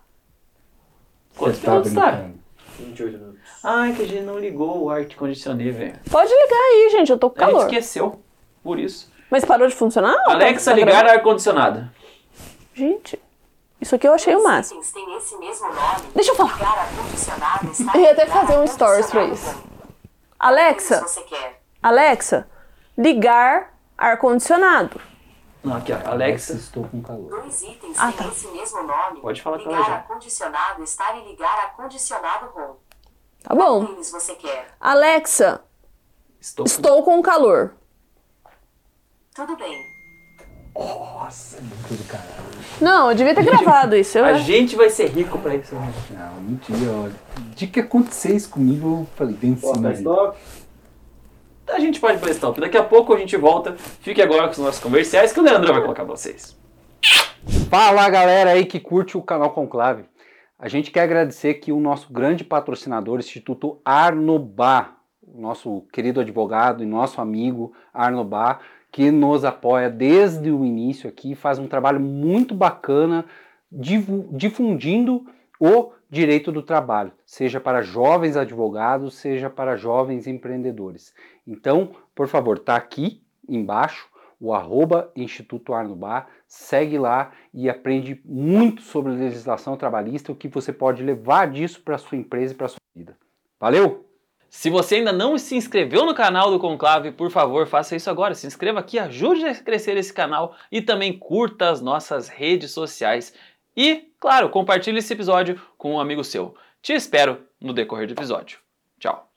Speaker 2: Quantos
Speaker 1: Você tá
Speaker 2: minutos tá?
Speaker 1: brincando.
Speaker 3: 28 minutos.
Speaker 2: Ai, que a gente não ligou o ar que condicionei, velho.
Speaker 4: Pode ligar aí, gente, eu tô com
Speaker 2: A gente
Speaker 4: calor. Tá
Speaker 2: esqueceu, por isso.
Speaker 4: Mas parou de funcionar?
Speaker 2: Alexa, ligar ar-condicionado.
Speaker 4: Gente, isso aqui eu achei o máximo.
Speaker 5: Itens têm esse mesmo nome.
Speaker 4: Deixa eu falar.
Speaker 5: Ligar ar-condicionado está
Speaker 4: Eu ia até
Speaker 5: ligado a
Speaker 4: fazer um stories pra isso.
Speaker 5: ar-condicionado.
Speaker 4: Alexa,
Speaker 5: Se você quer.
Speaker 4: Alexa, ligar ar-condicionado.
Speaker 2: Não, aqui, ó. Alexa.
Speaker 1: Estou com calor.
Speaker 5: Dois itens
Speaker 4: Ah,
Speaker 5: têm
Speaker 4: tá.
Speaker 5: esse mesmo nome.
Speaker 2: Pode falar com ela
Speaker 5: Ligar
Speaker 2: já.
Speaker 5: ar-condicionado estar e ligar ar-condicionado home.
Speaker 4: Tá bom.
Speaker 5: Tênis você quer.
Speaker 4: Alexa,
Speaker 2: Estou.
Speaker 4: estou com calor.
Speaker 5: Tudo bem.
Speaker 4: Não, eu devia ter gravado isso. Eu...
Speaker 2: A gente vai ser rico pra isso. né?
Speaker 1: Não, um dia, ó. De que acontecer isso comigo, eu falei, tem sim.
Speaker 3: Bota
Speaker 1: né?
Speaker 3: tá estoque.
Speaker 2: A gente pode pra stop. Daqui a pouco a gente volta. Fique agora com os nossos comerciais que o Leandro vai colocar pra vocês.
Speaker 1: Fala galera aí que curte o canal Conclave. A gente quer agradecer que o nosso grande patrocinador, Instituto Arnobá, o nosso querido advogado e nosso amigo Arnobá, que nos apoia desde o início aqui, faz um trabalho muito bacana divu- difundindo o direito do trabalho, seja para jovens advogados, seja para jovens empreendedores. Então, por favor, tá aqui embaixo o arroba Instituto Arnubá, segue lá e aprende muito sobre legislação trabalhista, o que você pode levar disso para sua empresa e para sua vida. Valeu?
Speaker 2: Se você ainda não se inscreveu no canal do Conclave, por favor, faça isso agora. Se inscreva aqui, ajude a crescer esse canal e também curta as nossas redes sociais. E, claro, compartilhe esse episódio com um amigo seu. Te espero no decorrer do episódio. Tchau.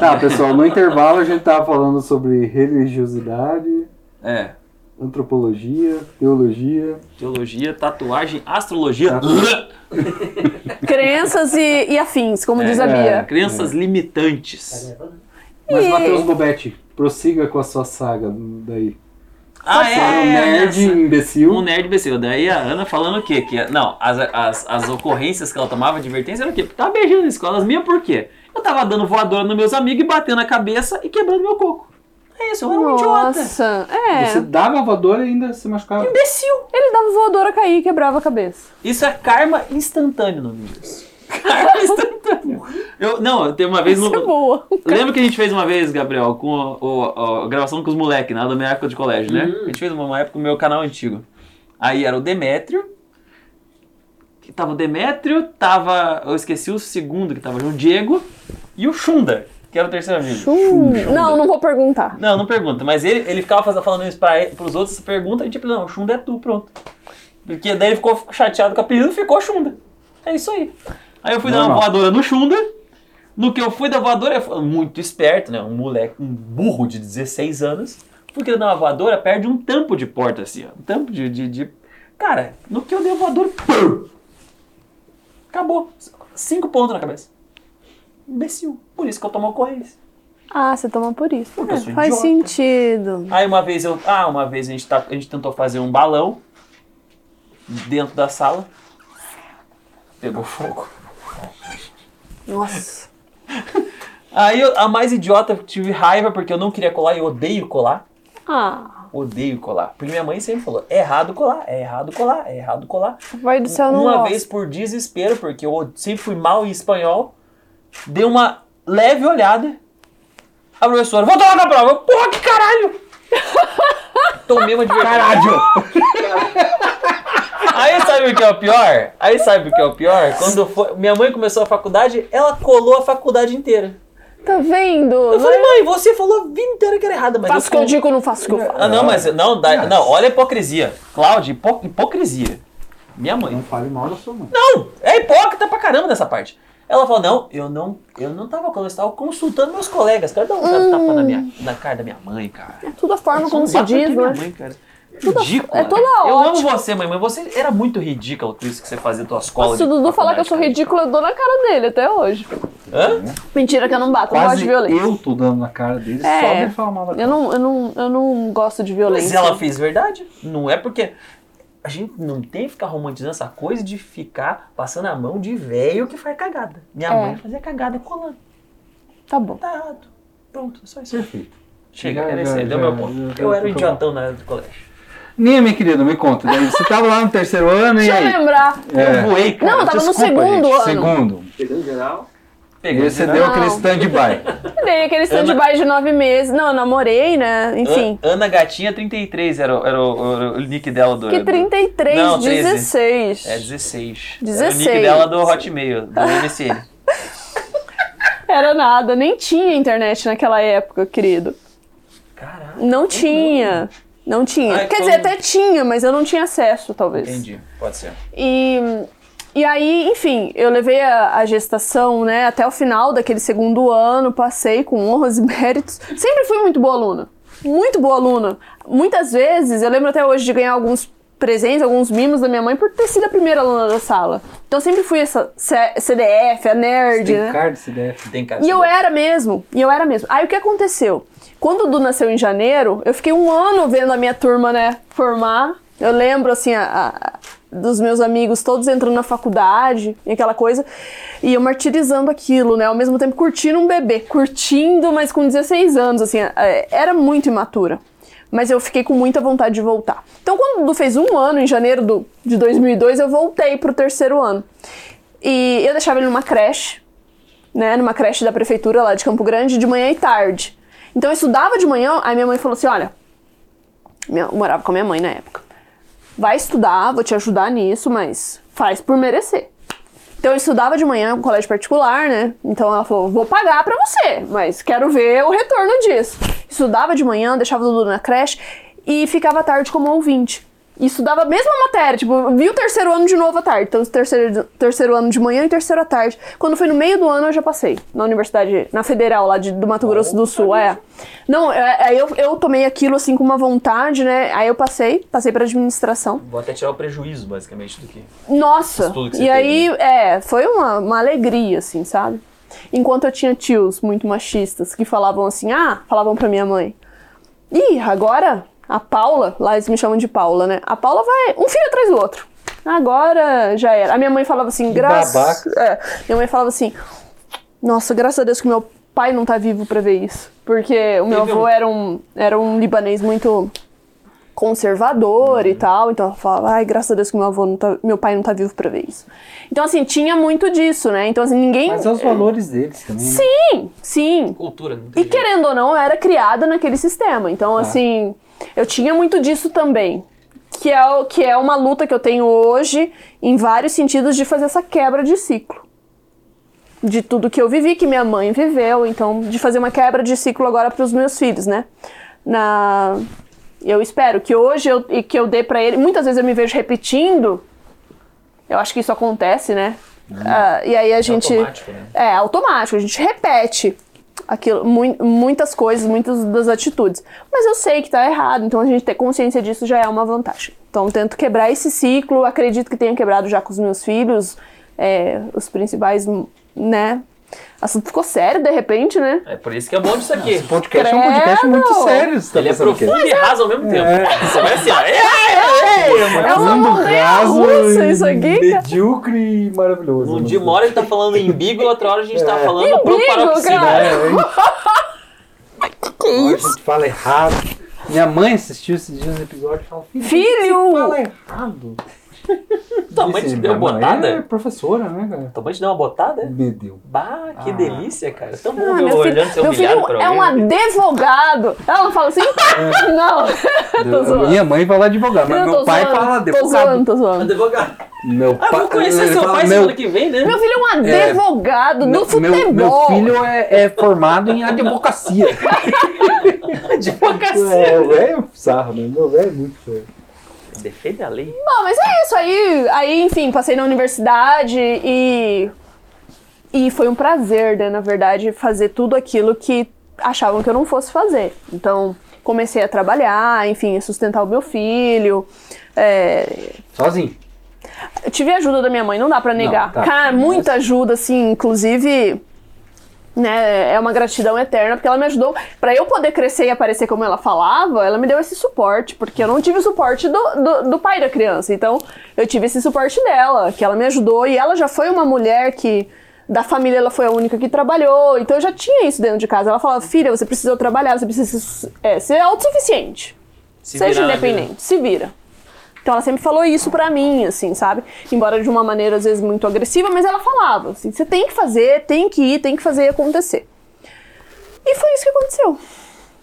Speaker 6: Tá, pessoal, no intervalo a gente tava falando sobre religiosidade,
Speaker 2: É.
Speaker 6: antropologia, teologia.
Speaker 2: Teologia, tatuagem, astrologia,
Speaker 4: Crenças e, e afins, como
Speaker 2: É.
Speaker 4: diz a Bia.
Speaker 2: crenças
Speaker 3: Tá
Speaker 2: limitantes.
Speaker 6: Mas
Speaker 4: E-
Speaker 6: Matheus Gobetti, prossiga com a sua saga daí.
Speaker 2: Ah,
Speaker 6: Você
Speaker 4: É,
Speaker 6: era um nerd
Speaker 2: essa.
Speaker 6: imbecil.
Speaker 2: Um nerd imbecil. Daí a Ana falando o quê? Que, não, as, as, as ocorrências que ela tomava, advertência, era o quê? Porque tava beijando na escola. As minhas por quê? Eu tava dando voadora nos meus amigos e batendo a cabeça e quebrando meu coco. É isso, eu era um idiota.
Speaker 4: Nossa,
Speaker 6: Você
Speaker 4: é.
Speaker 6: dava a voadora e ainda se machucava.
Speaker 2: Imbecil.
Speaker 4: Ele dava voadora a cair e quebrava a cabeça.
Speaker 2: Isso é karma instantâneo, o nome disso. Karma instantâneo. Eu, não, tem uma vez
Speaker 4: Isso é
Speaker 2: no.
Speaker 4: boa.
Speaker 2: Lembra que a gente fez uma vez, Gabriel, com o- o- a gravação com os moleques, na minha época de colégio, né? A gente fez uma, uma época no meu canal antigo. Aí era o Demétrio. Que tava o Demétrio, tava. Eu esqueci o segundo que tava junto, o Diego e o Xunda, que era o terceiro amigo.
Speaker 4: Hum,
Speaker 2: Xunda.
Speaker 4: Não, não vou perguntar.
Speaker 2: Não, não pergunta. Mas ele, ele ficava fazendo- falando isso pra, ele- pros outros, pergunta, e tipo, não, Xunda é tu, pronto. Porque daí ele ficou chateado com o apelido e ficou Xunda. É isso aí. Aí eu fui dar uma
Speaker 6: Normal.
Speaker 2: voadora no Xunda. No que eu fui da voadora, eu fui muito esperto, né? Um moleque, um burro de 16 anos. Fui querer dar uma voadora, perde um tampo de porta, assim, ó. Um tampo de. de, de- Cara, no que eu dei a voadora, pum! Acabou. Cinco pontos na cabeça. Imbecil. Por isso que eu tomo ocorrência.
Speaker 4: Ah, você toma por isso.
Speaker 2: Porque eu sou
Speaker 4: É, faz
Speaker 2: idiota.
Speaker 4: sentido.
Speaker 2: Aí uma vez eu. Ah, uma vez a gente, tá, a gente tentou fazer um balão dentro da sala. Pegou fogo.
Speaker 4: Nossa.
Speaker 2: Aí eu- a mais idiota eu tive raiva porque eu não queria colar e eu odeio colar.
Speaker 4: Ah,
Speaker 2: Odeio colar. Porque minha mãe sempre falou: é errado colar, é errado colar, é errado colar.
Speaker 4: Pai do céu, Então, não
Speaker 2: uma
Speaker 4: gosto.
Speaker 2: vez por desespero, porque eu sempre fui mal em espanhol, dei uma leve olhada. A professora, volta lá na prova. Eu, Porra, que caralho! Tomei uma divertida. Caralho! Aí sabe o que é o pior? Aí sabe o que é o pior? Quando foi- minha mãe começou a faculdade, ela colou a faculdade inteira.
Speaker 4: Tá vendo? é?
Speaker 2: Eu falei, mãe, você falou a vida inteira que era errada, mas
Speaker 4: faço o que eu
Speaker 2: colo-
Speaker 4: digo, não faço o que eu falo.
Speaker 2: Ah, não, mas não, dá- não, olha a hipocrisia. Cláudia, hipo- hipocrisia. Minha mãe.
Speaker 6: Não fale mal da sua mãe.
Speaker 2: Não! É hipócrita pra caramba nessa parte. Ela falou, não, eu não, eu não tava com eu estava consultando meus colegas. Cara, dá um
Speaker 4: Hum.
Speaker 2: tapa na, minha, na cara da minha mãe, cara. é
Speaker 4: Tudo a forma como se
Speaker 2: Bato aqui
Speaker 4: diz,
Speaker 2: minha
Speaker 4: né?
Speaker 2: mãe, cara. Ridícula.
Speaker 4: é toda
Speaker 2: Eu amo
Speaker 4: ótima.
Speaker 2: você, mãe, mas você era muito ridículo com isso que você fazia tua escola.
Speaker 4: Se o
Speaker 2: de
Speaker 4: Dudu falar que eu sou
Speaker 2: faculdade,
Speaker 4: ridícula, eu dou na cara dele até hoje.
Speaker 2: cara. Hã?
Speaker 4: Mentira que eu não bato, eu não gosto de violência.
Speaker 6: eu tô dando na cara dele
Speaker 4: É.
Speaker 6: só de falar mal da
Speaker 4: Eu não, eu, não, eu não gosto de violência.
Speaker 2: Mas ela fez verdade. Não é porque. A gente não tem que ficar romantizando essa coisa de ficar passando a mão de velho que faz cagada. Minha
Speaker 4: É.
Speaker 2: mãe fazia cagada colando.
Speaker 4: Tá bom.
Speaker 2: Tá errado. Pronto, é só isso.
Speaker 6: Perfeito.
Speaker 2: Chega,
Speaker 6: Já,
Speaker 2: era
Speaker 6: já,
Speaker 2: isso aí, deu
Speaker 6: já,
Speaker 2: meu ponto.
Speaker 6: já, já,
Speaker 2: eu era um
Speaker 6: tá bom.
Speaker 2: idiotão na época do colégio.
Speaker 6: Nia, minha querida, me conta. daí Você tava lá no terceiro ano e
Speaker 4: Deixa
Speaker 6: aí? É.
Speaker 4: eu lembrar.
Speaker 2: Eu voei, cara.
Speaker 4: Não, eu tava no
Speaker 2: desculpa,
Speaker 4: é segundo
Speaker 2: gente.
Speaker 4: ano.
Speaker 6: Segundo.
Speaker 3: Pegando geral.
Speaker 2: Peguei
Speaker 6: E
Speaker 2: esse é
Speaker 6: você
Speaker 2: ano.
Speaker 6: deu
Speaker 4: Não.
Speaker 6: aquele stand-by.
Speaker 4: Dei aquele stand-by de nove meses. Não, eu namorei, né? Enfim.
Speaker 2: An- Ana Gatinha 33 era, o- era, o, era o nick dela do.
Speaker 4: Que
Speaker 2: do-
Speaker 4: 33,
Speaker 2: Não, 13.
Speaker 4: 16.
Speaker 2: É 16. Era o
Speaker 4: 16.
Speaker 2: nick dela do Hotmail, do MSN.
Speaker 4: Era nada, nem tinha internet naquela época, querido.
Speaker 2: Caraca.
Speaker 4: Não tinha. Não tinha.
Speaker 2: Ai,
Speaker 4: Quer
Speaker 2: como-
Speaker 4: dizer, até tinha, mas eu não tinha acesso, talvez.
Speaker 2: Entendi, pode ser.
Speaker 4: E, e aí, enfim, eu levei a, a gestação, né, até o final daquele segundo ano, passei com honras e méritos. Sempre fui muito boa aluna. Muito boa aluna. Muitas vezes, eu lembro até hoje de ganhar alguns presentes, alguns mimos da minha mãe por ter sido a primeira aluna da sala. Então eu sempre fui essa C- CDF, a nerd, né?
Speaker 6: Tem card CDF.
Speaker 2: Tem cara.
Speaker 4: E
Speaker 2: de-
Speaker 4: eu era mesmo, e eu era mesmo. Aí o que aconteceu? Quando o Du nasceu em janeiro, eu fiquei um ano vendo a minha turma, né, formar. Eu lembro, assim, a- a- dos meus amigos todos entrando na faculdade e aquela coisa. E eu martirizando aquilo, né? Ao mesmo tempo curtindo um bebê. Curtindo, mas com 16 anos, assim. é, Era muito imatura. Mas eu fiquei com muita vontade de voltar. Então, quando o Du fez um ano, em janeiro do, de 2002, eu voltei pro terceiro ano. E eu deixava ele numa creche né, numa creche da prefeitura lá de Campo Grande, de manhã e tarde. Então eu estudava de manhã, aí minha mãe falou assim: olha, minha- eu morava com a minha mãe na época. Vai estudar, vou te ajudar nisso, mas faz por merecer. Então eu estudava de manhã com colégio particular, né? Então ela falou: vou pagar pra você, mas quero ver o retorno disso. Estudava de manhã, deixava o Dudu na creche e ficava à tarde como ouvinte. E estudava a mesma matéria, tipo, vi o terceiro ano de novo à tarde. Então, o terceiro, terceiro ano de manhã e terceiro à tarde. Quando foi no meio do ano, eu já passei. Na universidade, na federal lá de- do Mato Grosso do Sul, é. Não, é- aí eu, eu tomei aquilo, assim, com uma vontade, né? Aí eu passei, passei pra administração.
Speaker 2: Vou até tirar o prejuízo, basicamente, do que.
Speaker 4: Nossa!
Speaker 2: Isso tudo que você né?
Speaker 4: E aí,
Speaker 2: teve,
Speaker 4: é, foi uma, uma alegria, assim, sabe? Enquanto eu tinha tios muito machistas que falavam assim, ah, falavam pra minha mãe, ih, agora a Paula, lá eles me chamam de Paula, né? A Paula vai um filho atrás do outro. Agora já era. A minha mãe falava assim, graças.
Speaker 6: babaca."
Speaker 4: É, minha mãe falava assim, nossa, graças a Deus que meu pai não tá vivo pra ver isso. Porque o meu
Speaker 2: Teve
Speaker 4: avô
Speaker 2: um-
Speaker 4: era um, era um libanês muito conservador
Speaker 2: Uhum.
Speaker 4: e tal. Então ela falava, ai, graças a Deus que meu avô não tá, meu pai não tá vivo pra ver isso. Então, assim, tinha muito disso, né? Então, assim, ninguém.
Speaker 6: Mas é os valores deles também. né?
Speaker 4: Sim, sim.
Speaker 2: Cultura, não
Speaker 4: E
Speaker 2: tem jeito.
Speaker 4: querendo ou não, eu era criada naquele sistema.
Speaker 6: Tá.
Speaker 4: Então, assim, eu tinha muito disso também. Que é, o- que é uma luta que eu tenho hoje, em vários sentidos, de fazer essa quebra de ciclo. De tudo que eu vivi, que minha mãe viveu. Então, de fazer uma quebra de ciclo agora para os meus filhos, né? Na... Eu espero que hoje eu, e que eu dê para ele. Muitas vezes eu me vejo repetindo. Eu acho que isso acontece, né? Ah, e aí a gente.
Speaker 2: Uhum. automático, né?
Speaker 4: É, automático, a gente repete aquilo, mui- muitas coisas, muitas das atitudes. Mas eu sei que tá errado, então a gente ter consciência disso já é uma vantagem. Então tento quebrar esse ciclo, acredito que tenha quebrado já com os meus filhos, é, os principais, né? O assunto ficou sério de repente, né?
Speaker 2: É por isso que é bom disso aqui.
Speaker 6: Esse podcast é um podcast
Speaker 4: Credo!
Speaker 6: muito sério. Você tá
Speaker 2: Ele é
Speaker 6: pensando o quê?
Speaker 2: profundo e raso ao mesmo tempo. Você vai assim, ó. "É, é, é, é", mas
Speaker 4: É uma
Speaker 6: Fundo,
Speaker 4: montanha
Speaker 6: um raso,
Speaker 4: russa isso aqui, cara.
Speaker 6: Medíocre e maravilhoso. né?
Speaker 2: Um dia, uma hora a gente tá falando em umbigo, outra hora a gente
Speaker 4: É.
Speaker 2: tá falando
Speaker 4: Umbigo,
Speaker 2: pro paroxismo.
Speaker 4: cara.
Speaker 6: É, hein? A gente fala errado. Minha mãe assistiu esses dias no episódio e falou: Filho!
Speaker 4: Filho!
Speaker 6: Fala errado.
Speaker 2: Tua mãe
Speaker 6: Disse,
Speaker 2: te deu
Speaker 6: minha mãe
Speaker 2: botada?
Speaker 6: É professora, né, cara?
Speaker 2: Tua mãe te deu uma botada? é?
Speaker 6: Me deu.
Speaker 2: Bah, que
Speaker 6: Ah.
Speaker 2: delícia, cara. Todo
Speaker 4: Ah,
Speaker 2: mundo
Speaker 4: meu
Speaker 2: olhando ser
Speaker 4: filho, meu
Speaker 2: humilhado
Speaker 4: filho
Speaker 2: por alguém. né?
Speaker 4: é um advogado. Ela não fala assim? Não.
Speaker 6: Deu-
Speaker 4: zoando.
Speaker 6: Minha mãe fala advogado, É. mas
Speaker 4: não,
Speaker 6: meu
Speaker 4: tô
Speaker 6: pai
Speaker 4: zoando,
Speaker 6: fala
Speaker 4: Tô zoando,
Speaker 6: advogado.
Speaker 4: tô zoando.
Speaker 3: Advogado.
Speaker 6: Meu
Speaker 2: Ah, vou conhecer
Speaker 6: ele
Speaker 2: seu
Speaker 6: fala,
Speaker 2: pai
Speaker 6: meu,
Speaker 2: semana que vem, né?
Speaker 4: Meu filho é um
Speaker 6: É.
Speaker 4: advogado do
Speaker 6: meu,
Speaker 4: futebol.
Speaker 6: meu, meu filho é, é formado em advocacia.
Speaker 2: Advocacia.
Speaker 6: é, o velho é sarro, né? Meu velho é muito feio.
Speaker 2: Defende a lei.
Speaker 4: Bom, mas é isso aí. Aí, enfim, passei na universidade e. E foi um prazer, né, na verdade, fazer tudo aquilo que achavam que eu não fosse fazer. Então, comecei a trabalhar, enfim, a sustentar o meu filho. É,
Speaker 6: Sozinho.
Speaker 4: eu tive a ajuda da minha mãe, não dá pra negar.
Speaker 6: tá.
Speaker 4: Cara, muita ajuda, assim, inclusive. Né, é uma gratidão eterna, porque ela me ajudou. Pra eu poder crescer e aparecer como ela falava, ela me deu esse suporte, porque eu não tive o suporte do, do, do pai da criança. Então, eu tive esse suporte dela, que ela me ajudou. E ela já foi uma mulher que. Da família, ela foi a única que trabalhou. Então, eu já tinha isso dentro de casa. Ela falava: filha, você precisa trabalhar, você precisa é, ser autossuficiente.
Speaker 2: Se
Speaker 4: Seja
Speaker 2: virar na vida.
Speaker 4: independente, se vira. Então ela sempre falou isso pra mim, assim, sabe? Embora de uma maneira, às vezes, muito agressiva, mas ela falava, assim, você tem que fazer, tem que ir, tem que fazer acontecer. E foi isso que aconteceu.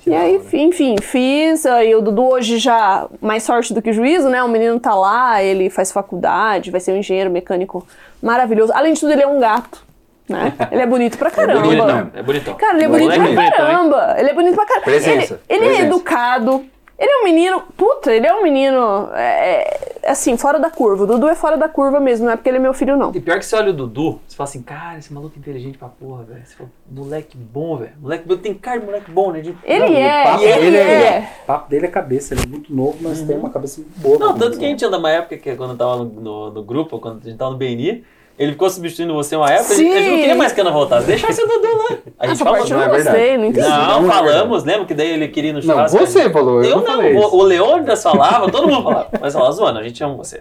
Speaker 4: e aí, enfim, fiz. Aí o Dudu hoje já, mais sorte do que juízo, né? O menino tá lá, ele faz faculdade, vai ser um engenheiro mecânico maravilhoso. Além de tudo, ele é um gato, né? Ele é bonito pra caramba.
Speaker 2: Bonitão, é bonitão.
Speaker 4: Cara, ele é bonito
Speaker 2: Moleque bonitão,
Speaker 4: pra
Speaker 2: hein?
Speaker 4: caramba. Ele é bonito pra caramba.
Speaker 6: Presença,
Speaker 4: Ele, ele é
Speaker 6: presença.
Speaker 4: educado. Ele é um menino. Puta, ele é um menino. é, é, assim, fora da curva. O Dudu é fora da curva mesmo, não é porque ele é meu filho, não.
Speaker 2: E pior que você olha o Dudu, você fala assim, cara, esse maluco é inteligente pra porra, velho. Você fala, moleque bom, velho. Moleque bom, tem cara de moleque bom, né? De-
Speaker 4: Ele
Speaker 6: Não, e o
Speaker 4: é,
Speaker 6: papo
Speaker 4: ele,
Speaker 6: dele
Speaker 4: é.
Speaker 6: O papo dele é cabeça, ele é muito novo, mas tem uma cabeça muito boa.
Speaker 2: Não, tanto que a gente anda uma época que quando eu tava no, no- no grupo, quando a gente tava no BNI, ele ficou substituindo você uma época, ele,
Speaker 4: Sim.
Speaker 2: ele não queria mais que a Ana voltasse. Deixa esse Dudu lá. A gente
Speaker 4: Essa
Speaker 2: falou,
Speaker 4: parte eu
Speaker 6: não
Speaker 4: não
Speaker 6: é verdade.
Speaker 4: gostei, não entendi.
Speaker 2: Não,
Speaker 6: Não, não é
Speaker 2: falamos, lembra que daí ele queria ir no
Speaker 6: Não,
Speaker 2: churrasco?
Speaker 6: você falou, eu,
Speaker 2: Eu não,
Speaker 6: falei
Speaker 2: o,
Speaker 6: isso.
Speaker 2: o Leônidas falava, todo mundo falava. Mas falava, zoando, a gente ama você.
Speaker 4: É,